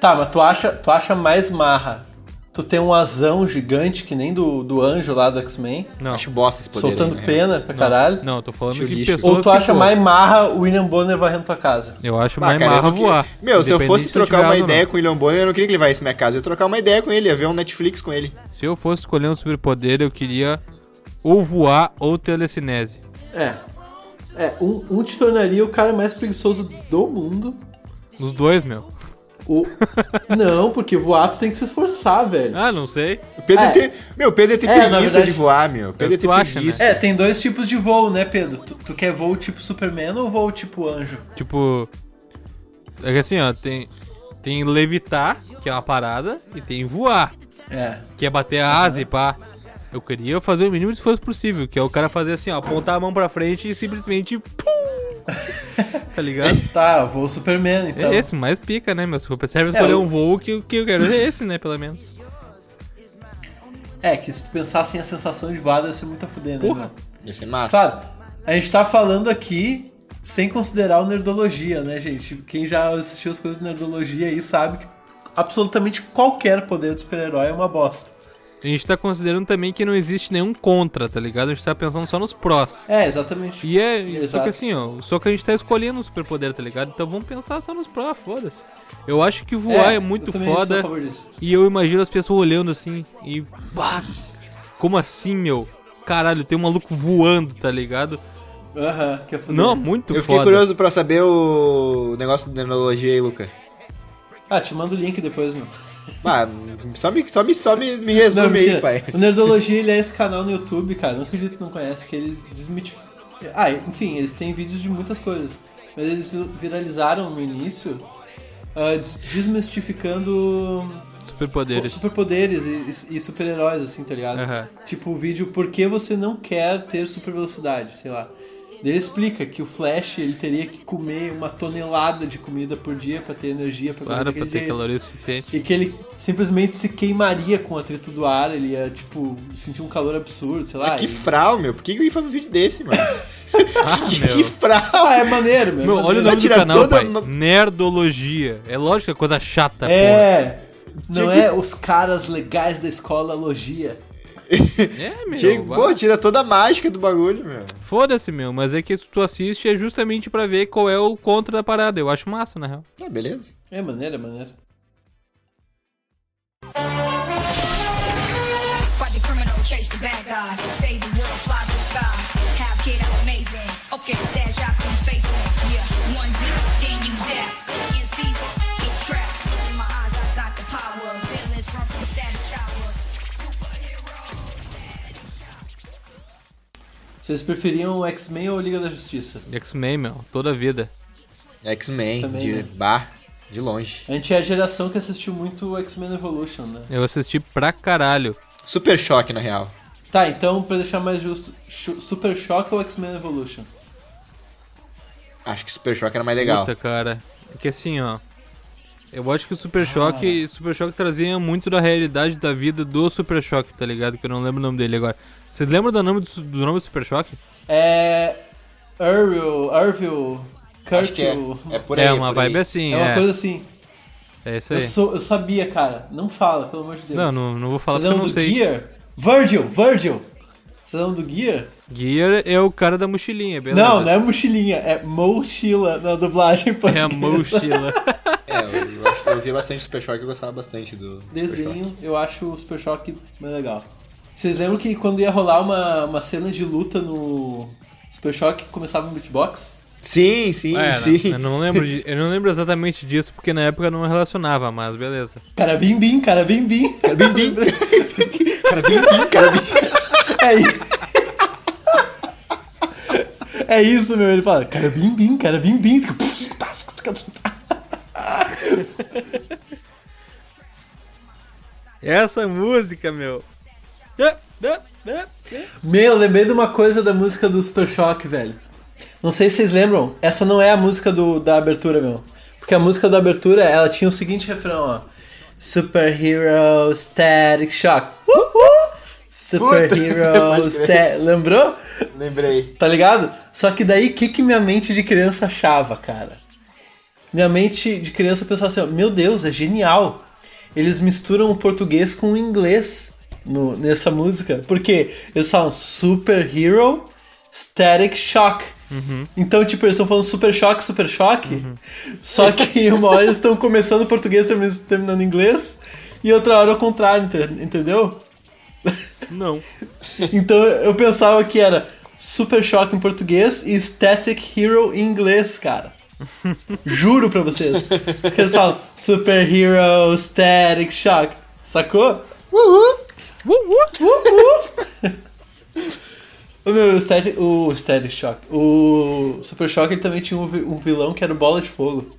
S1: Tá, mas tu acha, tu acha mais marra? Tu tem um asão gigante que nem do, do anjo lá do X-Men,
S3: Não.
S2: Acho bosta esse poder.
S1: soltando
S2: aí, né? na real.
S1: pena pra caralho.
S3: Não, tô falando
S2: Acho
S3: de
S2: lixo.
S3: pessoas
S1: Ou tu
S3: que
S1: acha
S3: voam.
S1: mais marra o William Bonner varrendo tua casa?
S3: Eu acho
S2: Bah,
S3: mais
S2: Ah, cara, eu
S3: marra
S2: não queria-
S3: voar.
S2: Meu, se eu fosse
S3: Independente se eu
S2: trocar
S3: tiver
S2: uma
S3: asa ou não.
S2: ideia com o William Bonner, eu não queria que ele viesse minha casa. Eu ia trocar uma ideia com ele, ia ver um Netflix com ele.
S3: Se eu fosse escolher um superpoder, eu queria ou voar ou telecinese.
S1: É. É, um, um te tornaria o cara mais preguiçoso do mundo.
S3: Os dois, meu.
S1: O... Não, porque voar tu tem que se esforçar, velho.
S3: Ah, não sei.
S2: O Pedro
S1: É.
S2: tem. Meu, o Pedro tem
S1: É,
S2: preguiça
S1: na verdade-
S2: de voar, meu. O Pedro
S3: Tu
S2: tem
S3: acha,
S2: preguiça.
S1: É, tem dois tipos de voo, né, Pedro? Tu, tu quer voo tipo Superman ou voo tipo anjo?
S3: Tipo. É que assim, ó, tem. Tem levitar, que é uma parada, e tem voar.
S1: É.
S3: que é bater a asa e pá. Eu queria fazer o mínimo de esforço possível, que é o cara fazer assim, ó, apontar a mão pra frente e simplesmente pum! tá ligado?
S1: Tá, voo Superman, então.
S3: É esse, mais pica, né, meu? Se for pensar, eu
S1: É,
S3: escolher
S1: o-
S3: um voo que, que eu quero é esse, né, pelo menos.
S1: É, que se tu pensasse em a sensação de voar deve ser muito a fuder, né?
S3: Porra.
S1: meu?
S2: Ia ser massa.
S1: Claro, a gente tá falando aqui sem considerar o Nerdologia, né, gente? Quem já assistiu as coisas do Nerdologia aí sabe que absolutamente qualquer poder do super-herói é uma bosta.
S3: A gente tá considerando também que não existe nenhum contra, tá ligado? A gente tá pensando só nos prós.
S1: É, exatamente.
S3: E é só
S1: Exato.
S3: que assim, ó, só que a gente tá escolhendo o superpoder, tá ligado? Então vamos pensar só nos prós, foda-se. Eu acho que voar é, muito
S1: eu também sou a
S3: foda.
S1: favor disso.
S3: E eu imagino as pessoas olhando assim e. Bah, como assim, meu? Caralho, tem um maluco voando, tá ligado?
S1: Aham, que é fuder.
S3: Não, muito
S2: eu fiquei
S3: foda.
S2: curioso pra saber o negócio da neurologia aí, Luca.
S1: Ah, te mando o link depois, meu.
S2: Ah, só me, só me, só me, me resume aí,
S1: mentira.
S2: pai.
S1: O Nerdologia ele é esse canal no YouTube, cara. Não acredito que não conhece, que ele desmitifica. Ah, enfim, eles têm vídeos de muitas coisas. Mas eles vi- viralizaram no início ah, des- desmistificando
S3: Superpoderes.
S1: superpoderes e, e- e super-heróis, assim, tá ligado?
S3: Aham.
S1: Tipo o vídeo Por que você não quer ter super velocidade, sei lá. Ele explica que o Flash ele teria que comer uma tonelada de comida por dia pra ter energia pra comer
S3: Claro, pra
S1: daquele
S3: ter
S1: jeito.
S3: caloria suficiente.
S1: E que ele simplesmente se queimaria com o atrito do ar, ele ia, tipo, sentir um calor absurdo, sei lá.
S2: Ah, que
S1: e-
S2: frau, meu. Por que que alguém faz um vídeo desse, mano? que,
S3: meu.
S2: que frau.
S1: Ah, é maneiro, meu.
S3: Meu,
S1: é
S3: olha
S1: maneiro.
S3: o nome do
S2: tirar
S3: canal,
S2: toda
S3: pai.
S2: a ma-
S3: Nerdologia. É lógico que é coisa chata, porra.
S1: É. Não
S2: Tinha que-
S1: é os caras legais da escola logia.
S3: É, meu.
S2: Tira-
S3: vai.
S2: pô, tira toda a mágica do bagulho, meu.
S3: Foda-se, meu. Mas é que se tu assiste é justamente pra ver qual é o contra da parada. Eu acho massa, na real.
S2: Ah, beleza.
S1: É maneiro, é maneiro.
S4: Fight the criminal, chase the bad guys. Save the world, fly to the sky. Have kid, I'm amazing. Okay, stash out them facing. Yeah, one zip, then you zap. And see, get trapped. Look in my eyes, I got the power. Feelings run from the static shower. Superhero, static shower.
S1: Vocês preferiam X-Men ou Liga da Justiça?
S3: X-Men, meu, toda a vida.
S2: X-Men,
S1: Também,
S2: de
S1: né?
S2: bar, de longe.
S1: A gente é a geração que assistiu muito X-Men Evolution, né?
S3: Eu assisti pra caralho.
S2: Super choque, na real.
S1: Tá, então, pra deixar mais justo, Sh- Super Shock ou X-Men Evolution?
S2: Acho que Super Choque era mais legal.
S3: Puta, cara. É que assim, ó. Eu acho que o Super Choque. Super Choque trazia muito da realidade da vida do Super Choque, tá ligado? Que eu não lembro o nome dele agora. Vocês lembram do nome do, su- do nome do Super Choque?
S1: É. Irville, Irville,
S2: Acho que é,
S1: Curtil.
S2: é por aí.
S3: É, uma
S2: por aí.
S3: vibe assim,
S1: É uma
S3: é.
S1: coisa assim.
S3: É isso
S1: Eu,
S3: aí.
S1: sou, eu sabia, cara. Não fala, pelo amor de Deus.
S3: Não, não, não vou falar porque
S1: Vocês
S3: eu
S1: lembram do
S3: não
S1: Gear?
S3: sei.
S1: Virgil, Virgil! Vocês lembram do Gear?
S3: Gear é o cara da mochilinha, beleza?
S1: Não, né? não é mochilinha, é mochila na dublagem
S3: É a
S1: portuguesa.
S3: mochila.
S2: É, eu, acho que eu vi bastante Super Choque e gostava bastante do Super Choque.
S1: Desenho, eu acho o Super Choque mais legal. Vocês lembram que quando ia rolar uma, uma cena de luta no Super Choque começava um beatbox?
S2: Sim, sim,
S3: É,
S2: sim.
S3: não, eu, não lembro de- eu não lembro exatamente disso, porque na época eu não relacionava, mas beleza.
S1: Cara bim bim, cara bim bim.
S2: Cara, bim, bim. cara, bim, bim, cara, bim.
S1: É isso. É isso, meu. Ele fala, cara bim bim, cara bim bim. Fica, "Puf, escutar, escutar, escutar."
S3: Essa música, meu.
S1: Meu, lembrei de uma coisa da música do Super Choque, velho. Não sei se vocês lembram, essa não é a música do, da abertura, meu. Porque a música da abertura, ela tinha o seguinte refrão, ó. Superhero Static Shock. Uhul! Superhero
S2: Pode crer.
S1: Static... Lembrou?
S2: Lembrei.
S1: Tá ligado? Só que daí, o que, que minha mente de criança achava, cara? Minha mente de criança pensava assim, ó, meu Deus, é genial. Eles misturam o português com o inglês no- nessa música. Porque eles falam superhero, static shock. Então, tipo, eles estão falando super choque, super choque. Só que uma hora eles estão começando o português termi- terminando em inglês. E outra hora é o contrário, ente- entendeu?
S3: Não.
S1: Então eu pensava que era Super Choque em português e Static Hero em inglês, cara. Juro pra vocês. Porque eles falam Super Hero Static Shock. Sacou? uh. O meu, o Static, o Static Shock. O Super Shock ele também tinha um, vi- um vilão que era o Bola de Fogo.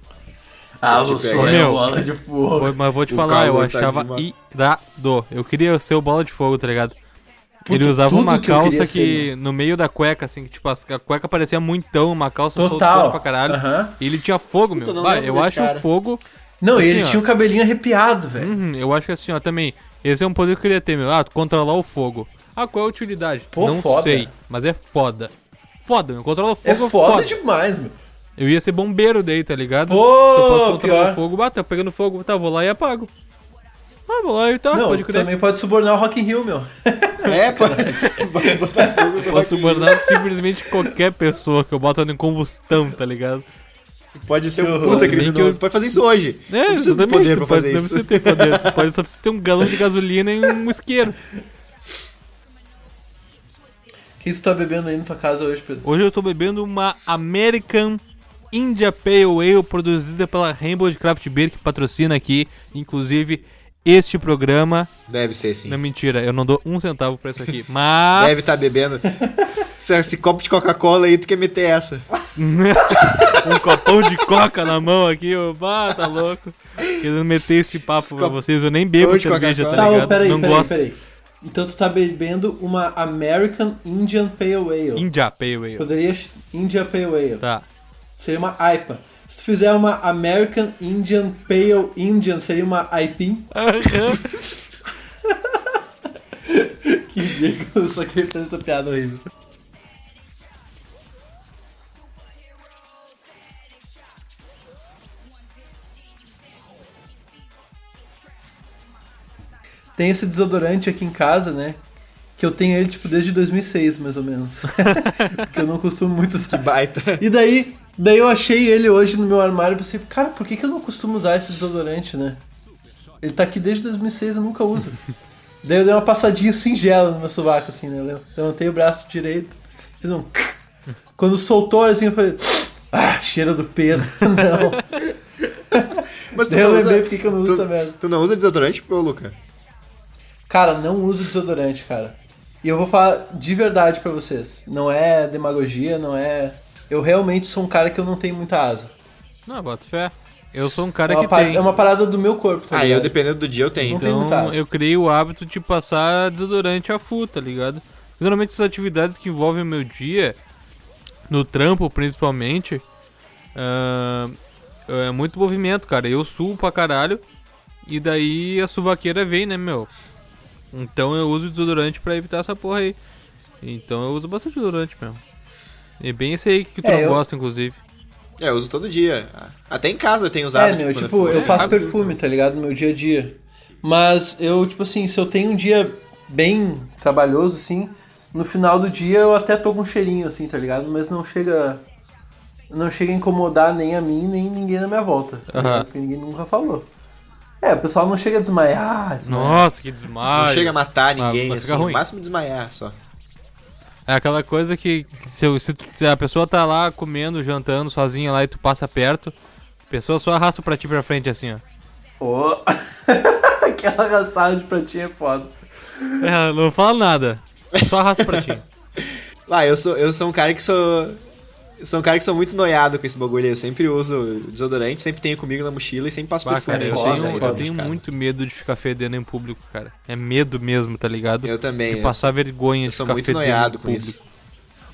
S1: Ah,
S2: eu sou
S3: a Meu.
S1: Bola de Fogo.
S3: Mas eu vou te
S2: O
S3: falar, eu
S2: calor tá
S3: achava
S2: demais.
S3: irado. Eu queria ser o bola de fogo, tá ligado? Ele
S1: Puta,
S3: usava
S1: tudo
S3: uma
S1: que eu queria
S3: calça que,
S1: ser,
S3: no meio da cueca, assim, que tipo, as- a cueca parecia muitão, uma calça soltona
S1: Total.
S3: pra caralho.
S1: Aham.
S3: E ele tinha fogo, meu.
S2: Puta, não
S3: Vai,
S2: lembro
S3: eu
S2: desse
S3: acho
S2: cara.
S3: o fogo.
S1: Não, e ele
S3: Assim, ó.
S1: tinha o cabelinho arrepiado, velho.
S3: Uhum, eu acho que assim, ó, também. Esse é um poder que eu queria ter, meu. Ah, tu controlar o fogo. Ah, qual é a utilidade?
S1: Pô,
S3: não
S1: foda.
S3: sei, mas é foda. Foda, meu. Controlar o fogo
S1: É
S3: é
S1: foda, demais, meu.
S3: Eu ia ser bombeiro daí, tá ligado?
S1: Pô,
S3: Se eu posso controlar
S1: pior.
S3: o fogo, ah, tá pegando fogo, tá, vou lá e apago. Ah, vou lá e tá,
S1: Não,
S3: pode crer.
S1: também pode subornar o Rock in Rio, meu.
S2: É, pô. Vai botar fogo no
S3: Posso
S2: bagulho.
S3: subornar simplesmente qualquer pessoa que eu boto ela em combustão, tá ligado?
S2: Pode ser um
S1: horror.
S2: puta
S1: Se bem
S2: criminoso.
S3: que eu-
S2: Pode fazer isso hoje.
S3: É,
S2: não precisa do
S3: exatamente,
S2: poder
S3: tu
S2: pra
S3: pode-
S2: fazer
S3: não
S2: isso.
S3: precisa ter poder, tu pode, só precisa ter um galão de gasolina e um isqueiro.
S1: O que você tá bebendo aí na tua casa hoje, Pedro?
S3: Hoje eu tô bebendo uma American India Pale Ale produzida pela Rainbow de Craft Beer, que patrocina aqui, inclusive, este programa.
S2: Deve ser, sim.
S3: Não, mentira, eu não dou um centavo pra isso aqui, mas...
S2: Deve tá estar bebendo. Se esse copo de Coca-Cola aí, tu quer meter essa.
S3: um copão de coca na mão aqui, ô, bah, tá louco. Querendo meter esse papo pra
S2: copo-
S3: vocês, eu nem bebo
S2: Hoje
S3: cerveja, tá
S2: Coca-Cola.
S1: Tá,
S3: ligado?
S1: ô, peraí,
S3: não
S1: peraí,
S3: gosto.
S1: peraí. Então tu tá bebendo uma American Indian Pale Ale.
S3: India Pale Ale.
S1: Poderia... ch- India Pale Ale.
S3: Tá.
S1: Seria uma IPA. Se tu fizer uma American Indian Pale Indian, seria uma IPIN. Que ridículo, eu só queria fazer essa piada horrível. Tem esse desodorante aqui em casa, né? Que eu tenho ele, tipo, desde 2006, mais ou menos. Porque eu não costumo muito usar.
S2: Baita.
S1: E daí, daí eu achei ele hoje no meu armário e pensei, cara, por que, que eu não costumo usar esse desodorante, né? Ele tá aqui desde 2006 eu nunca uso. daí eu dei uma passadinha singela no meu sovaco, assim, né? Eu Levantei o braço direito, fiz um... Quando soltou, assim, eu falei... Ah, cheira do Pedro. não.
S2: Mas
S1: Daí eu lembrei por que que eu não uso
S2: tu-
S1: essa merda.
S2: Tu não usa desodorante, pô, Luca?
S1: Cara, não uso desodorante, cara. E eu vou falar de verdade pra vocês. Não é demagogia, não é. Eu realmente sou um cara que eu não tenho muita asa.
S3: Não, bota fé. Eu sou um cara
S1: É uma,
S3: que
S1: par-
S3: tem.
S1: é uma parada do meu corpo, tá
S2: Ah, eu
S1: ligado?
S2: dependendo do dia eu tenho.
S1: Não tem muita
S3: Então
S1: asa.
S3: eu criei o hábito de passar desodorante a full, tá ligado? Geralmente essas atividades que envolvem o meu dia, no trampo principalmente, ah, é muito movimento, cara. Eu suo pra caralho e daí a suvaqueira vem, né, meu? Então eu uso desodorante pra evitar essa porra aí. Então eu uso bastante desodorante mesmo. E bem esse aí que tu
S1: É,
S3: não
S1: eu-
S3: gosta, inclusive.
S2: É, eu uso todo dia. Até em casa eu tenho usado.
S1: É, meu,
S2: quando
S1: tipo, eu
S2: eu,
S1: passo
S2: Sabe?
S1: perfume, tá ligado? No meu dia a dia. Mas eu, tipo assim, se eu tenho um dia bem trabalhoso, assim, no final do dia eu até tô com um cheirinho, assim, tá ligado? Mas não chega. Não chega a incomodar nem a mim, nem ninguém na minha volta. tá
S3: Aham.
S1: ligado? Porque ninguém nunca falou. É, o pessoal não chega a desmaiar, desmaiar.
S3: Nossa, que
S2: Não
S3: desmaio.
S2: chega a matar
S3: Mas-
S2: ninguém,
S3: ah, mas
S2: assim,
S3: fica
S2: no
S3: ruim.
S2: máximo desmaiar só.
S3: É aquela coisa que que se, eu- se tu- se a pessoa tá lá comendo, jantando sozinha lá e tu passa perto, a pessoa só arrasta pra ti pra frente assim, ó.
S1: Ô. Aquela gastada de pratinha é foda.
S3: É, não fala nada. Só arrasta pra ti.
S2: Lá, eu sou, eu sou um cara que sou. eu Sou um cara que sou muito noiado com esse bagulho. Eu sempre uso desodorante, sempre tenho comigo na mochila e sempre passo
S3: Bah,
S2: perfume.
S3: cara, eu
S2: antes
S1: foda,
S2: de sair
S3: tenho, um-
S1: foda,
S3: eu
S2: de
S3: tenho
S2: casa.
S3: muito medo de ficar fedendo em público, cara. É medo mesmo, tá ligado?
S2: Eu também.
S3: de
S2: eu
S3: passar vergonha
S2: eu
S3: de
S2: sou
S3: ficar
S2: muito
S3: fedendo
S2: noiado
S3: em
S2: com
S3: público.
S2: isso.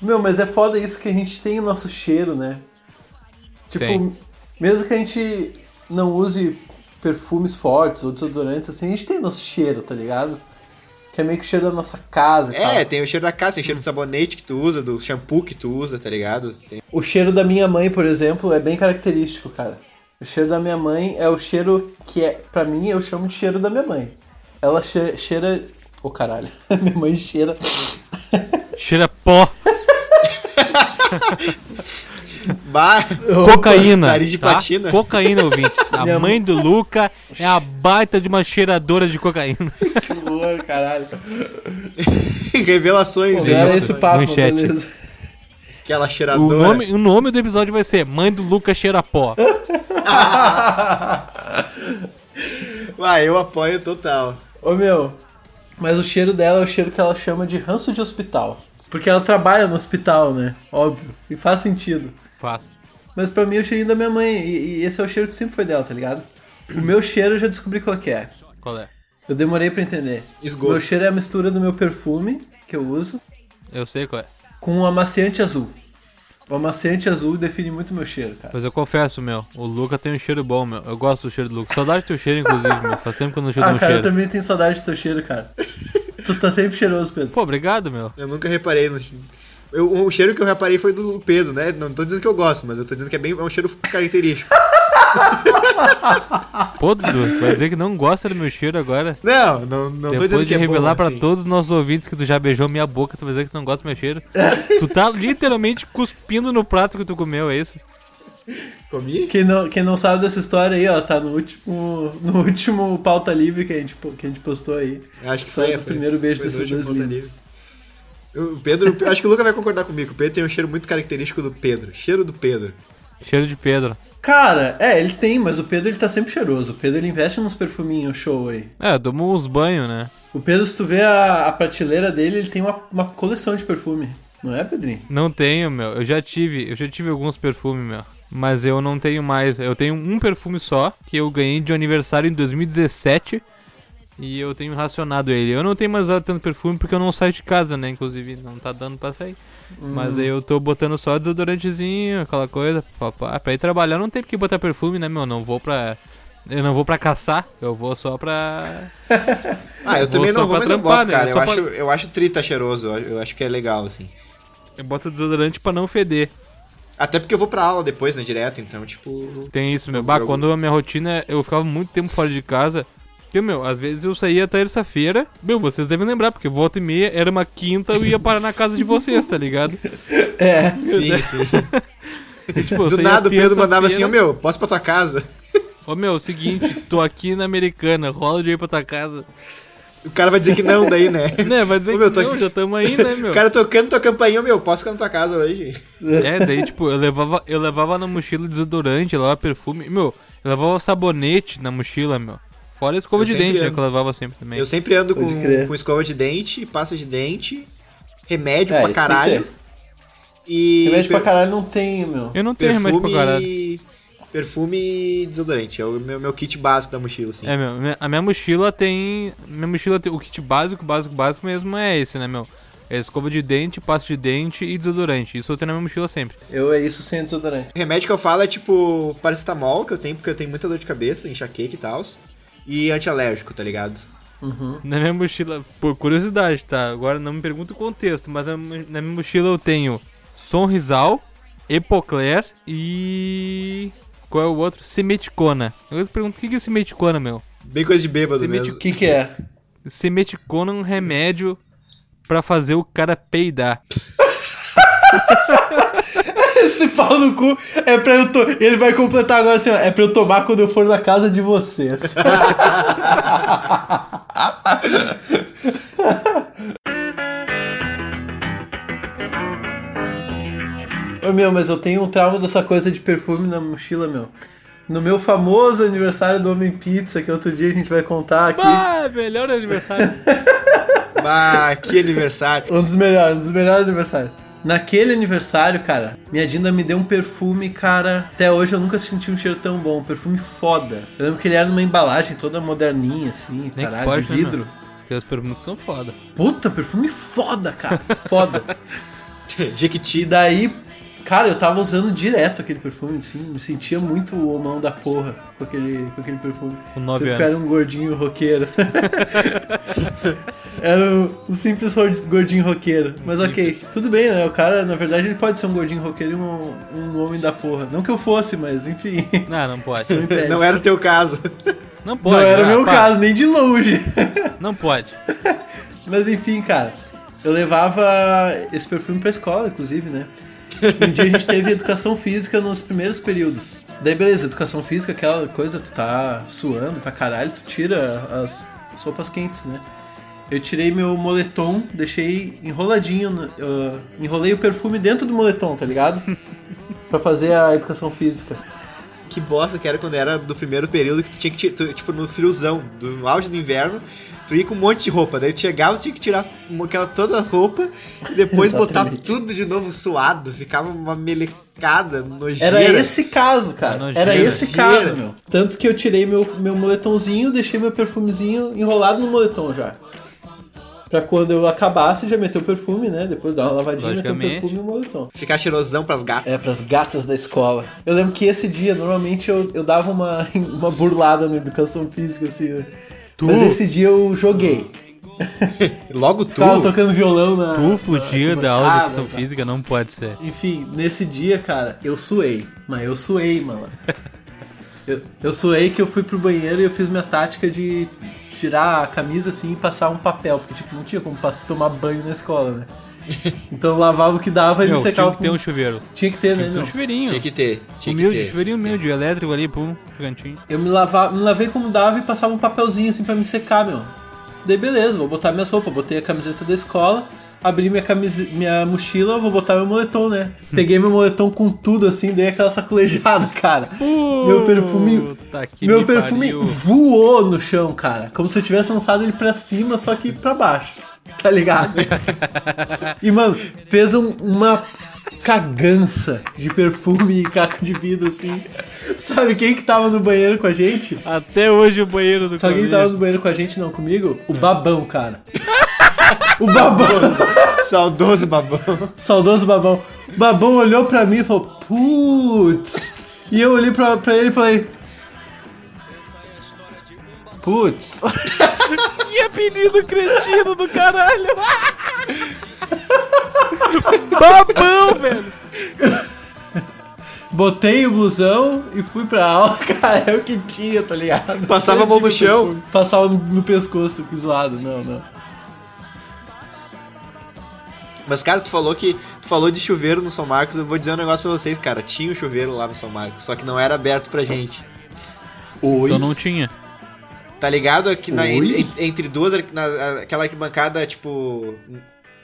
S1: Meu, mas é foda isso que a gente tem o nosso cheiro, né? Tipo,
S3: Tem.
S1: mesmo que a gente não use perfumes fortes ou desodorantes, assim, a gente tem nosso cheiro, tá ligado? Que é meio que o cheiro da nossa casa
S3: né,
S1: e
S2: É,
S1: tal.
S2: tem o cheiro da casa, tem o
S3: Hum.
S2: cheiro do sabonete que tu usa, do shampoo que tu usa, tá ligado? Tem-
S1: O cheiro da minha mãe, por exemplo, é bem característico, cara. O cheiro da minha mãe é o cheiro que é, pra mim, eu chamo de cheiro da minha mãe. Ela che- cheira. Ô caralho, minha mãe cheira.
S3: Cheira pó,
S2: Bah!
S3: cocaína.
S2: Nariz de
S3: tá?
S2: platina.
S3: Cocaína, ouvintes. A
S1: Minha
S3: mãe do Luca é a baita de uma cheiradora de cocaína.
S1: que horror, caralho.
S2: Revelações,
S1: Pô, era
S2: isso.
S1: esse o papo,
S3: manchete.
S1: beleza.
S2: Aquela
S3: O
S2: cheiradora.
S3: nome, o nome do episódio vai ser Mãe do Luca Cheira Pó.
S2: Vai, eu apoio total.
S1: Ô meu, mas o cheiro dela é o cheiro que ela chama de ranço de hospital. Porque ela trabalha no hospital, né? Óbvio. E faz sentido.
S3: Fácil.
S1: Mas pra mim é o cheirinho da minha mãe. E, e esse é o cheiro que sempre foi dela, tá ligado? O meu cheiro eu já descobri qual que é.
S3: Qual é?
S1: Eu demorei pra entender.
S2: Esgoto.
S1: Meu cheiro é a mistura do meu perfume, que eu uso,
S3: Eu sei qual é.
S1: com um amaciante azul. O amaciante azul define muito meu cheiro, cara.
S3: Mas eu confesso, meu, o Luca tem um cheiro bom, meu. Eu gosto do cheiro do Luca. Saudade do teu cheiro, inclusive, meu. Faz tempo que eu não cheiro
S1: Ah,
S3: no
S1: cara, eu
S3: cheiro.
S1: também tenho saudade do teu cheiro, cara. tu tá sempre cheiroso, Pedro.
S3: Pô, obrigado, meu.
S2: Eu nunca reparei no cheiro. Eu- o cheiro que eu reparei foi do Pedro, né? Não tô dizendo que eu gosto, mas eu tô dizendo que é, bem, é um cheiro característico.
S3: Pô, Dudu, vai dizer que não gosta do meu cheiro agora.
S2: Não, não, não tô dizendo
S3: Depois
S2: que
S3: de
S2: é bom,
S3: revelar pra
S2: assim.
S3: todos os nossos ouvintes que tu já beijou minha boca, tu vai dizer que tu não gosta do meu cheiro. tu tá literalmente cuspindo no prato que tu comeu, é isso?
S2: Comi?
S1: Quem não, quem não sabe dessa história aí, ó, tá no último, no último pauta livre que a gente, po- que a gente postou aí.
S2: Acho que
S1: Só
S2: foi.
S1: o
S2: foi-
S1: primeiro beijo
S2: foi do
S1: desses
S2: último
S1: dois
S2: ponto
S1: lindos.
S2: ali. O Pedro, acho que o Luca vai concordar comigo. O Pedro tem um cheiro muito característico do Pedro. Cheiro do Pedro.
S3: Cheiro de pedra.
S1: Cara, é, ele tem, mas o Pedro ele tá sempre cheiroso. O Pedro ele investe nos perfuminhos show aí.
S3: É, eu tomo uns banhos, né?
S1: O Pedro, se tu vê a, a prateleira dele, ele tem uma, uma coleção de perfume. Não é, Pedrinho?
S3: Não tenho, meu. Eu já tive, eu já tive alguns perfumes, meu. Mas eu não tenho mais. Eu tenho um perfume só que eu ganhei de aniversário em 2017 e eu tenho racionado ele. Eu não tenho mais usado tanto perfume porque eu não saio de casa, né? Inclusive, não tá dando pra sair. Mas aí eu tô botando só desodorantezinho, aquela coisa, papá. Pra ir trabalhar não tem porque botar perfume, né, meu? Não vou pra. Eu não vou pra caçar, eu vou só pra.
S2: Ah, eu
S3: Vou
S2: também
S3: só
S2: não vou,
S3: pra
S2: mas eu
S3: trampar,
S2: boto,
S3: né?
S2: cara. Eu,
S3: Eu só
S2: acho,
S3: pra-
S2: eu acho trita cheiroso. eu- Eu acho que é legal, assim.
S3: Eu boto desodorante pra não feder.
S2: Até porque eu vou pra aula depois, né? Direto, então, tipo.
S3: Tem isso, meu. Bah,
S2: Eu-
S3: quando a minha rotina, eu ficava muito tempo fora de casa. Porque, meu, às vezes eu saía terça-feira. Meu, vocês devem lembrar, porque volta e meia era uma quinta, eu ia parar na casa de vocês, tá ligado?
S1: É.
S2: Sim, sim.
S3: E, tipo, eu
S2: Do
S3: saía
S2: nada o Pedro mandava assim: Ô
S3: terça-feira,
S2: meu, posso ir pra tua casa?
S3: Ô, meu, é o seguinte, tô aqui na Americana, rola de ir pra tua casa.
S2: O cara vai dizer que não, daí, né?
S3: Né, vai dizer
S2: Ô, meu,
S3: que
S2: tô
S3: não,
S2: aqui.
S3: já tamo aí, né, meu?
S2: O cara tocando tua campainha, meu, posso ficar na tua casa hoje?
S3: É, daí, tipo, eu levava, eu levava na mochila desodorante, eu levava perfume. Meu, eu levava sabonete na mochila, meu. Fora a escova
S2: Eu
S3: de
S2: sempre
S3: dente, né,
S2: ando.
S3: que eu lavava sempre também.
S2: Eu sempre ando com,
S1: Pode crer.
S2: com escova de dente, pasta de dente, remédio
S1: É,
S2: pra
S1: isso tem que
S2: caralho.
S1: ter.
S2: E.
S1: Remédio pra
S2: per-
S1: caralho não tem, meu.
S3: Eu não tenho remédio pra
S2: Perfume
S3: caralho.
S2: e. Perfume e desodorante. É o meu, meu kit básico da mochila, assim.
S3: É, meu, minha- a minha mochila tem. Minha mochila tem. O kit básico, básico, básico mesmo é esse, né, meu? É escova de dente, pasta de dente e desodorante. Isso eu tenho na minha mochila sempre.
S1: Eu é isso sem desodorante.
S2: O remédio que eu falo é tipo paracetamol, que eu tenho, porque eu tenho muita dor de cabeça, enxaqueca e tal. E antialérgico, tá ligado?
S1: Uhum.
S3: Na minha mochila, por curiosidade, tá? Agora não me pergunta o contexto, mas na, mi- na minha mochila eu tenho Sonrisal, Epocler e. Qual é o outro? Semeticona. Eu pergunto, o que que é semeticona, meu?
S2: Bem coisa de bêbado
S3: Você mete
S2: mesmo.
S1: O que que é?
S3: Semeticona é um remédio pra fazer o cara peidar.
S1: Esse pau no cu é pra eu... To... Ele vai completar agora assim, ó. É pra eu tomar quando eu for na casa de vocês. Ô meu, mas eu tenho um trauma dessa coisa de perfume na mochila, meu. No meu famoso aniversário do Homem Pizza, que outro dia a gente vai contar aqui.
S3: Ah, melhor aniversário.
S2: Ah, que aniversário.
S1: Um dos melhores, um dos melhores aniversários. Naquele aniversário, cara, minha Dinda me deu um perfume, cara. Até hoje eu nunca senti um cheiro tão bom. Um perfume foda. Eu lembro que ele era numa embalagem toda moderninha, assim,
S3: Nem
S1: caralho,
S3: que pode,
S1: de
S3: né,
S1: vidro.
S3: meu? Tem os perguntas que são foda.
S1: Puta, perfume foda, cara. Foda. E
S2: Jequiti.
S1: daí, cara, eu tava usando direto aquele perfume, assim, me sentia muito o homão da porra com aquele, com aquele perfume.
S3: Com nove
S1: Tanto que
S3: anos.
S1: eu era um gordinho roqueiro. era um, um simples ro- gordinho roqueiro.
S3: Um
S1: Mas ok, tudo bem, né? O cara, na verdade, ele pode ser um gordinho roqueiro e um, um homem da porra. Não que eu fosse, mas enfim.
S3: Não, não pode.
S1: não impede.
S2: Não é era o teu caso.
S3: Não pode.
S1: Não era o
S3: ah,
S1: meu
S3: pá,
S1: caso, nem de longe.
S3: Não pode.
S1: Mas enfim, cara, eu levava esse perfume pra escola, inclusive, né? Um dia a gente teve educação física nos primeiros períodos. Daí, beleza, educação física, aquela coisa, tu tá suando pra caralho, tu tira as, as roupas quentes, né? Eu tirei meu moletom, deixei enroladinho, no- eu enrolei o perfume dentro do moletom, tá ligado? pra fazer a educação física.
S2: Que bosta que era quando era do primeiro período que tu tinha que ti- tu, tipo, no friozão, do, no auge do inverno, tu ia com um monte de roupa. Daí tu chegava, tu tinha que tirar uma- aquela toda a roupa e depois botar
S1: Exatamente.
S2: tudo de novo suado. Ficava uma melecada nojeira.
S1: Era esse caso, cara.
S3: Nojeira.
S1: Era esse
S2: Nojeira.
S1: caso, meu. Tanto que eu tirei meu, meu moletomzinho, deixei meu perfumezinho enrolado no moletom já. Pra quando eu acabasse, já meter o perfume, né? Depois dar uma lavadinha, meter o
S3: Logicamente.
S1: perfume e o moletom.
S2: Ficar cheirosão pras gatas.
S1: É, pras gatas da escola. Eu lembro que esse dia, normalmente, eu, eu dava uma, uma burlada na educação física, assim, né? Mas esse dia eu joguei. É.
S2: Logo tu.
S1: Ficava tocando violão na.
S3: Tu
S1: na-
S3: fugir
S1: na
S3: da aula de
S1: arquibancada,
S3: educação
S1: tá?
S3: física ah, não pode ser.
S1: Enfim, nesse dia, cara, eu suei. Mas eu suei, mano. Eu, eu suei que eu fui pro banheiro e eu fiz minha tática de tirar a camisa assim e passar um papel. Porque, tipo, não tinha como pass- tomar banho na escola, né? Então eu lavava o que dava e
S3: Meu,
S1: me secava.
S3: tinha que ter
S1: com-
S3: um chuveiro.
S1: Tinha que ter, né,
S3: Tinha que ter
S1: meu?
S3: um chuveirinho.
S2: Tinha que ter. Tinha que
S3: humilde,
S2: ter.
S3: chuveirinho
S2: tinha que ter.
S3: humilde, elétrico ali, pum, cantinho.
S1: Eu me, lavava, me lavei como dava e passava um papelzinho assim pra me secar, meu. Daí beleza, vou botar minha roupa, botei a camiseta da escola, abri minha, camise... minha mochila, vou botar meu moletom, né?
S3: Hum.
S1: Peguei meu moletom com tudo assim, dei aquela sacolejada, cara. meu perfume.
S3: Puta que
S1: Meu
S3: me
S1: perfume
S3: pariu.
S1: voou no chão, cara. Como se eu tivesse lançado ele pra cima, só que pra baixo. Tá ligado? e, mano, fez um- uma cagança de perfume e caco de vidro, assim. Sabe quem que tava no banheiro com a gente?
S3: Até hoje o banheiro do
S1: Se alguém
S3: Corinthians.
S1: tava no banheiro com a gente, não comigo, o babão, cara. O babão,
S2: Saudoso babão.
S1: saudoso babão. O babão olhou pra mim e falou, putz. E eu olhei pra, pra ele e falei, putz.
S3: Que apelido cretino do caralho! Babão, velho!
S1: Botei o blusão e fui pra aula, cara, é o que tinha, tá ligado? Tipo,
S2: Passava a mão no chão.
S1: Passava no, no pescoço, que zoado, não, não.
S2: Mas, cara, tu falou que. Tu falou de chuveiro no São Marcos. Eu vou dizer um negócio pra vocês, cara. Tinha um chuveiro lá no São Marcos, só que não era aberto pra gente.
S1: Oi?
S3: Eu Então não tinha.
S2: Tá ligado? Aqui na,
S1: Oi?
S2: entre, entre duas, arqu- na- aquela arquibancada, tipo.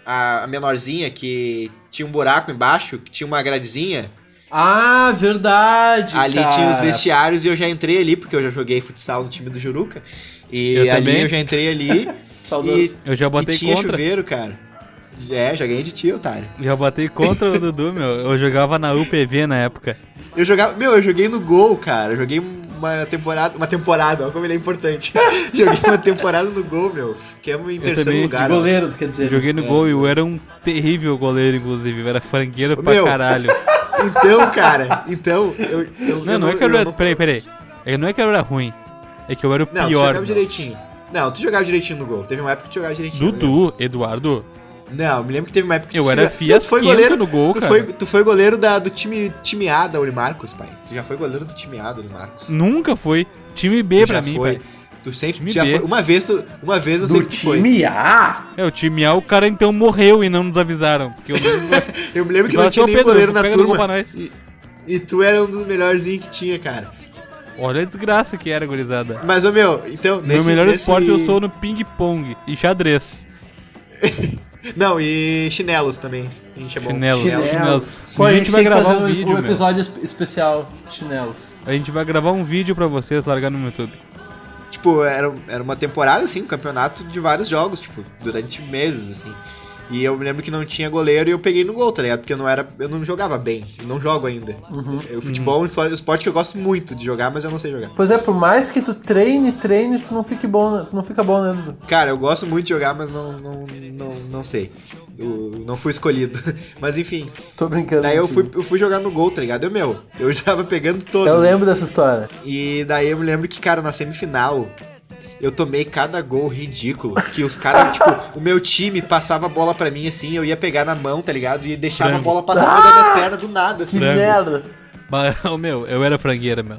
S2: A, a menorzinha que tinha um buraco embaixo, que tinha uma gradezinha.
S1: Ah, verdade.
S2: Ali
S1: cara.
S2: tinha os vestiários e eu já entrei ali, porque eu já joguei futsal no time do Juruca. E
S3: Eu
S2: ali
S3: também.
S2: eu já entrei ali.
S1: Saudoso.
S3: Eu já
S2: e
S3: botei
S2: tinha
S3: contra.
S2: chuveiro, cara. É, já ganhei de ti, otário.
S3: Já botei contra o Dudu, meu. Eu jogava na UPV na época.
S2: Eu jogava. Meu, eu joguei no gol, cara. Eu joguei uma temporada. Uma temporada, olha como ele é importante. joguei uma temporada no gol, meu. Ficamos em terceiro
S3: também, de
S1: De
S2: lugar. ó.
S1: goleiro, quer dizer.
S3: Eu joguei no gol e eu era um terrível goleiro, inclusive. Eu era frangueiro pra
S2: Meu.
S3: caralho.
S2: Então, cara, então, eu. eu
S3: Não,
S2: eu
S3: não é que eu era.
S2: não-
S3: Peraí, peraí. É, Não é que eu era ruim. É que eu era o
S2: Não, tu
S3: pior.
S2: jogava
S3: meu.
S2: direitinho. Não, tu jogava direitinho no gol. Teve uma época que tu jogava direitinho. eu lembro.
S3: Dudu, Eduardo,
S2: Não, eu me lembro que teve uma época que
S3: Eu
S2: tu
S3: era
S2: já-
S3: fiasquento no gol,
S2: tu
S3: cara.
S2: Foi, tu foi goleiro da, do time, time A da Unimarcos, pai. Tu já foi goleiro do time A da Unimarcos.
S3: nunca foi. Time B
S2: Tu
S3: pra
S2: já
S3: mim,
S2: foi.
S3: pai.
S2: Tu sempre
S3: Time
S2: tu já
S3: B.
S2: foi. Uma vez, tu, uma vez eu sei
S1: Do
S2: que tu foi.
S1: time A?
S3: É, o time A, o cara então morreu e não nos avisaram. Porque eu
S2: Eu me lembro que
S3: Vai
S2: não
S3: ser o
S2: tinha nem
S3: Pedro,
S2: goleiro na
S3: pega no gol pra
S2: turma.
S3: nós.
S2: E, e tu era um dos melhorzinhos que tinha, cara.
S3: Olha a desgraça que era, gurizada.
S2: Mas, ô meu, então.
S3: Meu melhor esporte eu sou no ping-pong e xadrez.
S2: Não, e chinelos também. A gente chamou
S3: Chinelos.
S2: chinelos.
S3: Chinelos.
S1: Pô,
S3: Um
S1: a
S3: dia
S1: gente vai gravar um, vídeo, um
S3: meu.
S1: episódio es- especial de chinelos.
S3: A gente vai gravar um vídeo pra vocês largar no YouTube.
S2: Tipo, era, era uma temporada, assim, um campeonato de vários jogos, tipo, durante meses, assim. E eu me lembro que não tinha goleiro e eu peguei no gol, tá ligado? Porque eu não era. Eu não jogava bem. Eu não jogo ainda. Eu- O futebol é um espo- esporte que eu gosto muito de jogar, mas eu não sei jogar.
S1: Pois é, por mais que tu treine, treine, tu não fique bom, né? Tu não fica bom, né, Dudu?
S2: Cara, eu gosto muito de jogar, mas não, não, não, não sei. Eu não fui escolhido. Mas enfim.
S1: Tô brincando.
S2: Daí eu
S1: contigo.
S2: fui, eu fui jogar no gol, tá ligado? Eu, meu, eu tava pegando todos. assim.
S1: Eu lembro dessa história.
S2: E daí eu me lembro que, cara, na semifinal, eu tomei cada gol ridículo. Que os caras, tipo, o meu time passava a bola pra mim assim, eu ia pegar na mão, tá ligado? E deixava
S3: Frango.
S2: a bola passar ah! das minhas pernas do nada,
S1: Que
S2: assim.
S3: Frango.
S1: merda.
S3: Mas, ô, meu, eu era frangueira, meu.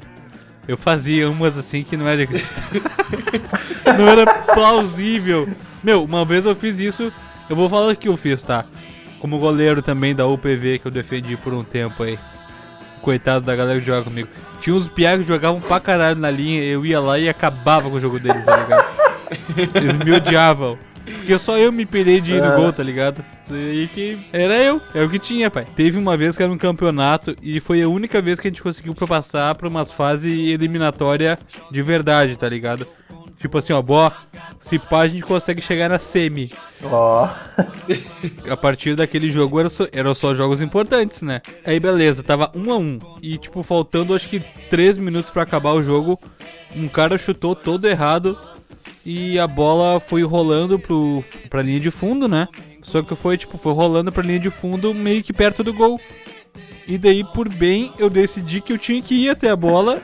S3: Eu fazia umas assim que não era de acreditar. não era plausível. Meu, uma vez eu fiz isso, eu vou falar o que eu fiz, tá? Como goleiro também da UPV que eu defendi por um tempo aí. Coitado da galera que joga comigo. Tinha uns piá que jogavam pra caralho na linha, eu ia lá e acabava com o jogo deles, tá ligado? Eles me odiavam. Porque só eu me pirei de ir no gol, tá ligado? E que era eu, é o que tinha, pai. Teve uma vez que era um campeonato e foi a única vez que a gente conseguiu pra passar pra umas fases eliminatórias de verdade, tá ligado? Tipo assim, ó, bó, se pá a gente consegue chegar na semi.
S1: Ó.
S3: A partir daquele jogo era só, era só jogos importantes, né? Aí beleza, tava um a um. E tipo, faltando acho que três minutos pra acabar o jogo, um cara chutou todo errado e a bola foi rolando pro, pra linha de fundo, né? Só que foi tipo, foi rolando pra linha de fundo meio que perto do gol. E daí, por bem, eu decidi que eu tinha que ir até a bola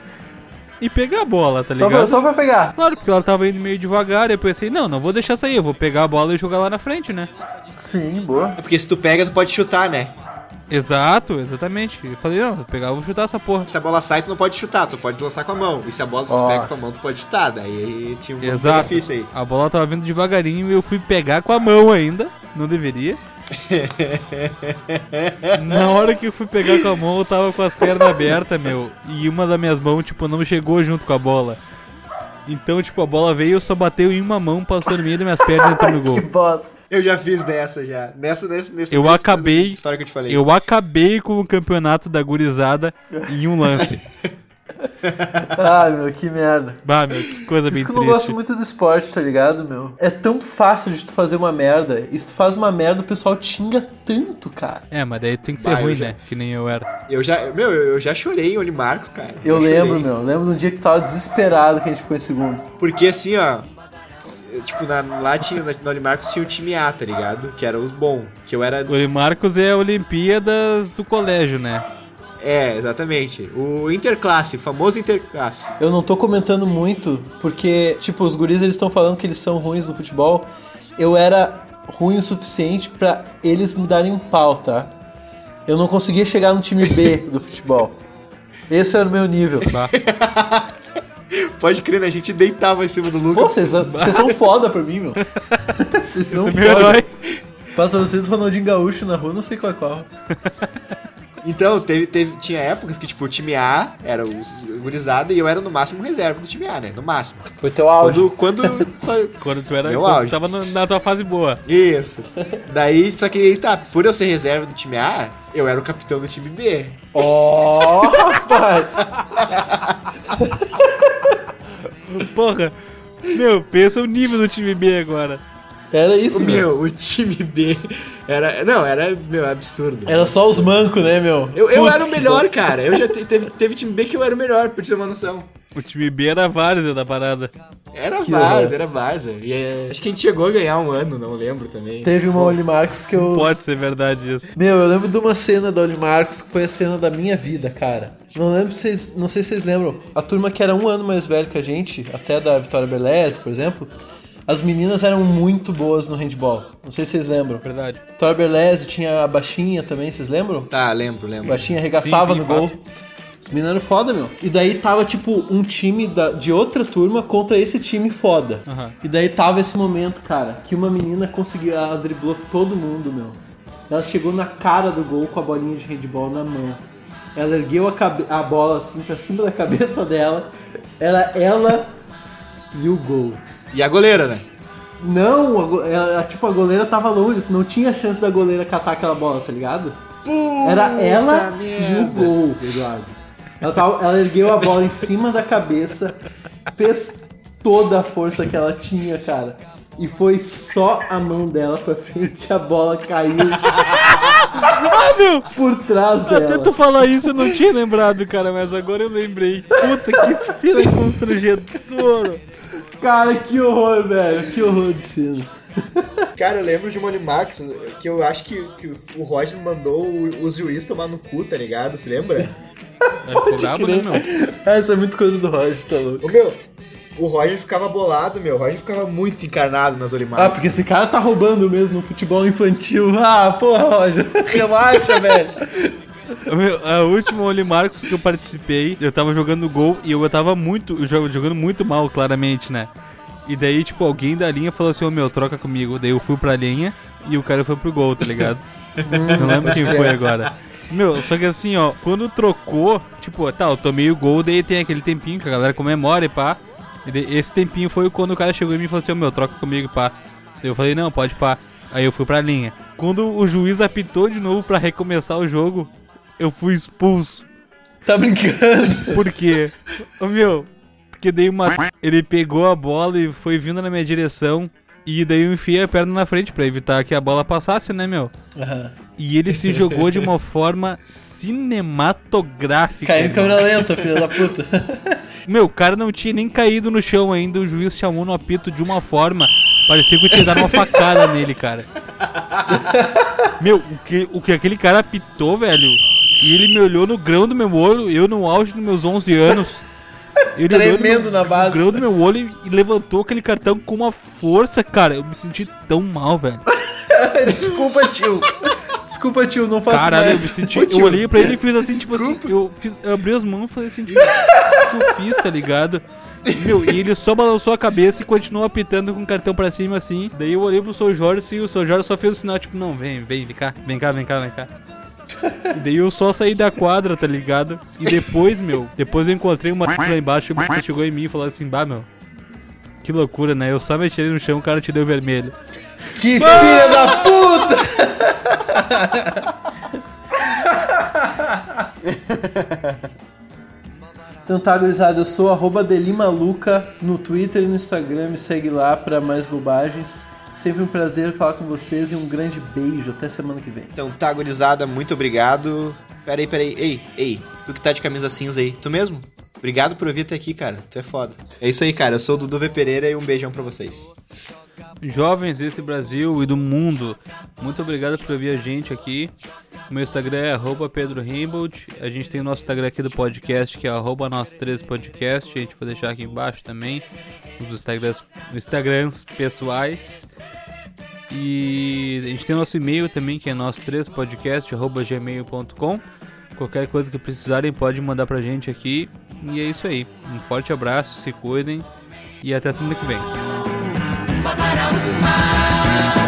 S3: e pegar a bola, tá
S1: Só
S3: ligado?
S1: pra, só pra pegar.
S3: Claro, porque ela tava indo meio devagar, e eu pensei, não, não vou deixar sair, eu vou pegar a bola e jogar lá na frente, né?
S1: Sim, boa.
S2: É porque se tu pega, tu pode chutar, né?
S3: Exato, exatamente. Eu falei, não, vou pegar, vou chutar essa porra.
S2: Se a bola sai, tu não pode chutar, tu pode lançar com a mão. E se a bola se tu
S1: Ó.
S2: pega com a mão, tu pode chutar. Daí tinha um
S3: Exato.
S2: benefício aí.
S3: A bola tava vindo devagarinho e eu fui pegar com a mão ainda. Não deveria. Na hora que eu fui pegar com a mão, eu tava com as pernas abertas, meu. E uma das minhas mãos, tipo, não chegou junto com a bola. Então, tipo, a bola veio, eu só bateu em uma mão, passou no meio das minhas pernas e entrou no
S1: Que
S3: gol.
S1: bosta.
S2: Eu já fiz dessa já. Nessa, nessa, nessa.
S3: Eu
S2: nessa
S3: acabei-
S2: História que eu te falei.
S3: Eu acabei com o campeonato da gurizada em um lance.
S1: Ai, meu, que merda.
S3: Bah, meu, que coisa
S1: Por
S3: bem
S1: isso que eu não gosto
S3: triste.
S1: muito do esporte, tá ligado, meu? É tão fácil de tu fazer uma merda. E se tu faz uma merda, o pessoal te xinga tanto, cara.
S3: É, mas daí tem que ser
S2: Bah, eu
S3: ruim,
S2: já-
S3: né? Que nem eu era.
S2: Eu já. Meu, eu eu já chorei em Olimarcos, cara.
S1: Eu
S2: já chorei.
S1: lembro, meu. Lembro de um dia que tu tava desesperado que a gente ficou em segundo.
S2: Porque assim, ó. eu, Tipo, na, lá tinha, na, na Unimarcos tinha o time A, tá ligado? Que era os bons. Que eu era.
S3: O Marcos é a Olimpíadas do colégio, né?
S2: É, exatamente. O Interclasse, o famoso Interclasse.
S1: Eu não tô comentando muito, porque, tipo, os guris eles estão falando que eles são ruins no futebol. Eu era ruim o suficiente pra eles me darem um pau, tá? Eu não conseguia chegar no time B do futebol. Esse era o meu nível.
S3: Bah.
S2: Pode crer, né? A gente deitava em cima do
S1: Pô,
S2: Lucas.
S1: vocês vocês são foda pra mim, meu. Vocês são
S3: Você
S1: foda.
S3: é meu herói.
S1: Passa vocês o Ronaldinho Gaúcho na rua, não sei qual é qual.
S2: Então, teve, teve, tinha épocas que, tipo, o time A era os, gurizada e eu era no máximo reserva do time A, né? No máximo.
S1: Foi teu áudio.
S2: Quando. quando só...
S3: Quando tu era.
S2: Meu
S3: quando tu
S2: auge.
S3: tava no- na tua fase boa.
S2: Isso. Daí, só que, tá, por eu ser reserva do time A, eu era o capitão do time B.
S1: Ó, rapaz!
S3: Porra! Meu, pensa o nível do time B agora.
S1: Era isso,
S2: O
S1: meu.
S2: meu, o time B era. Não, era, meu, absurdo.
S1: Era só os mancos, né, meu?
S2: Eu, eu
S1: Puta
S2: era o
S1: que
S2: melhor,
S1: pariu.
S2: cara. Eu já te- teve, teve time B que eu era o melhor, pra ter uma noção.
S3: O time B era várzea da parada.
S2: Era
S1: Que
S2: Varza,
S1: horror.
S2: era Varza. E, é, Acho que a gente chegou a ganhar um ano, não lembro também.
S1: Teve uma Olimarx que eu.
S3: Pode ser verdade isso.
S1: Meu, eu lembro de uma cena da Olimarcos que foi a cena da minha vida, cara. Não lembro se vocês. Não sei se vocês lembram. A turma que era um ano mais velha que a gente, até da Vitória Berlese, por exemplo, as meninas eram muito boas no handball. Não sei se vocês lembram.
S3: Verdade.
S1: Vitória Berlese tinha a baixinha também, vocês lembram?
S2: Tá, lembro, lembro.
S1: baixinha arregaçava
S3: Sim, sim,
S1: no gol. Os meninos eram foda, meu. E daí tava, tipo, um time da- de outra turma contra esse time foda.
S3: Aham.
S1: E daí tava esse momento, cara, que uma menina conseguiu, ela driblou todo mundo, meu. Ela chegou na cara do gol com a bolinha de handball na mão. Ela ergueu a, cabe- a bola assim pra cima da cabeça dela. Era ela e o gol.
S2: E a goleira, né?
S1: Não, a go- ela- tipo, a goleira tava longe, não tinha chance da goleira catar aquela bola, tá ligado? Era ela e o
S2: merda.
S1: gol, Eduardo. Ela, tava- ela ergueu a bola em cima da cabeça, fez toda a força que ela tinha, cara. E foi só a mão dela pra frente, a bola caiu
S3: Ah, meu!
S1: por trás
S3: Até
S1: dela.
S3: tu falar isso eu não tinha lembrado, cara, mas agora eu lembrei. Puta que cena constrangedora.
S1: Cara, que horror, velho. Que horror de cena.
S2: Cara, eu lembro de uma Olimax que eu acho que, que o Roger mandou o- os juiz tomar no cu, tá ligado? Você lembra?
S3: Ficou brabo, né,
S1: crer.
S3: meu?
S1: Ah, isso é muito coisa do Roger, tá louco.
S2: Ô meu, o Roger ficava bolado, meu. O Roger ficava muito encarnado nas Olimax.
S1: Ah, porque esse cara tá roubando mesmo no futebol infantil. Ah, porra, Roger. Relaxa, velho.
S3: Meu, a última Oli Marcos que eu participei, eu tava jogando gol e eu tava muito, eu jo- jogando muito mal, claramente, né? E daí, tipo, alguém da linha falou assim, ô meu, troca comigo. Daí eu fui pra linha e o cara foi pro gol, tá ligado? Não lembro quem foi agora. Meu, só que assim, ó, quando trocou, tipo, tá, eu tomei o gol, daí tem aquele tempinho que a galera comemora e pá. E daí esse tempinho foi quando o cara chegou em mim e falou assim, ô meu, troca comigo, pá. Daí Eu falei, não, pode pá. Aí eu fui pra linha. Quando o juiz apitou de novo pra recomeçar o jogo, eu fui expulso.
S1: Tá brincando.
S3: Por quê? Ô, meu, porque daí uma... Ele pegou a bola e foi vindo na minha direção. E daí eu enfiei a perna na frente pra evitar que a bola passasse, né, meu? E ele se jogou de uma forma cinematográfica.
S1: Caiu em
S3: irmão.
S1: câmera lenta, filha da puta.
S3: Meu, o cara não tinha nem caído no chão ainda, o juiz chamou no apito de uma forma. Parecia que tinha dado uma facada nele, cara. Meu, o que, o que aquele cara apitou, velho? E ele me olhou no grão do meu olho, eu no auge dos meus 11 anos. Ele olhou no
S1: Tremendo
S3: meu-
S1: na base.
S3: No grão do meu olho e levantou aquele cartão com uma força, cara. Eu me senti tão mal, velho.
S1: Desculpa, tio. Desculpa, tio, não faço
S3: Caralho, eu me
S1: mais.
S3: senti.
S2: Ô, tio,
S3: Eu olhei pra ele e fiz assim, tipo
S2: desculpa.
S3: assim. Eu, fiz, eu abri as mãos e falei assim, tipo, o que eu fiz, tá ligado? Meu, e ele só balançou a cabeça e continuou apitando com o cartão pra cima assim. Daí eu olhei pro seu Jorge e o seu Jorge só fez o sinal, tipo, não, vem, vem, vem cá, vem cá, vem cá, vem cá. E daí eu só saí da quadra, tá ligado? E depois, meu, depois eu encontrei uma lá embaixo e o cara chegou em mim e falou assim, bah, meu. Que loucura, né? Eu só mexi ele no chão, o cara te deu vermelho.
S1: Que filha da puta! Então tá, gurizada, eu sou arroba Delimaluca no Twitter e no Instagram, me segue lá pra mais bobagens. Sempre um prazer falar com vocês e um grande beijo, até semana que vem.
S2: Então tá, gurizada, muito obrigado. Peraí, peraí. Ei, ei, tu que tá de camisa cinza aí, tu mesmo? Obrigado por vir até aqui, cara. Tu é foda. É isso aí, cara. Eu sou o Dudu V. Pereira e um beijão pra vocês.
S3: jovens desse Brasil e do mundo. Muito obrigado por ouvir a gente aqui. Meu Instagram é arroba Pedro Rimbold. A gente tem o nosso Instagram aqui do podcast, que é arroba nós 13 podcast. A gente vai deixar aqui embaixo também os Instagrams, Instagrams pessoais. E a gente tem o nosso e-mail também, que é nós 13 podcast, arroba gmail.com. Qualquer coisa que precisarem pode mandar pra gente aqui. E é isso aí. Um forte abraço, se cuidem e até semana que vem.
S5: uma para uma.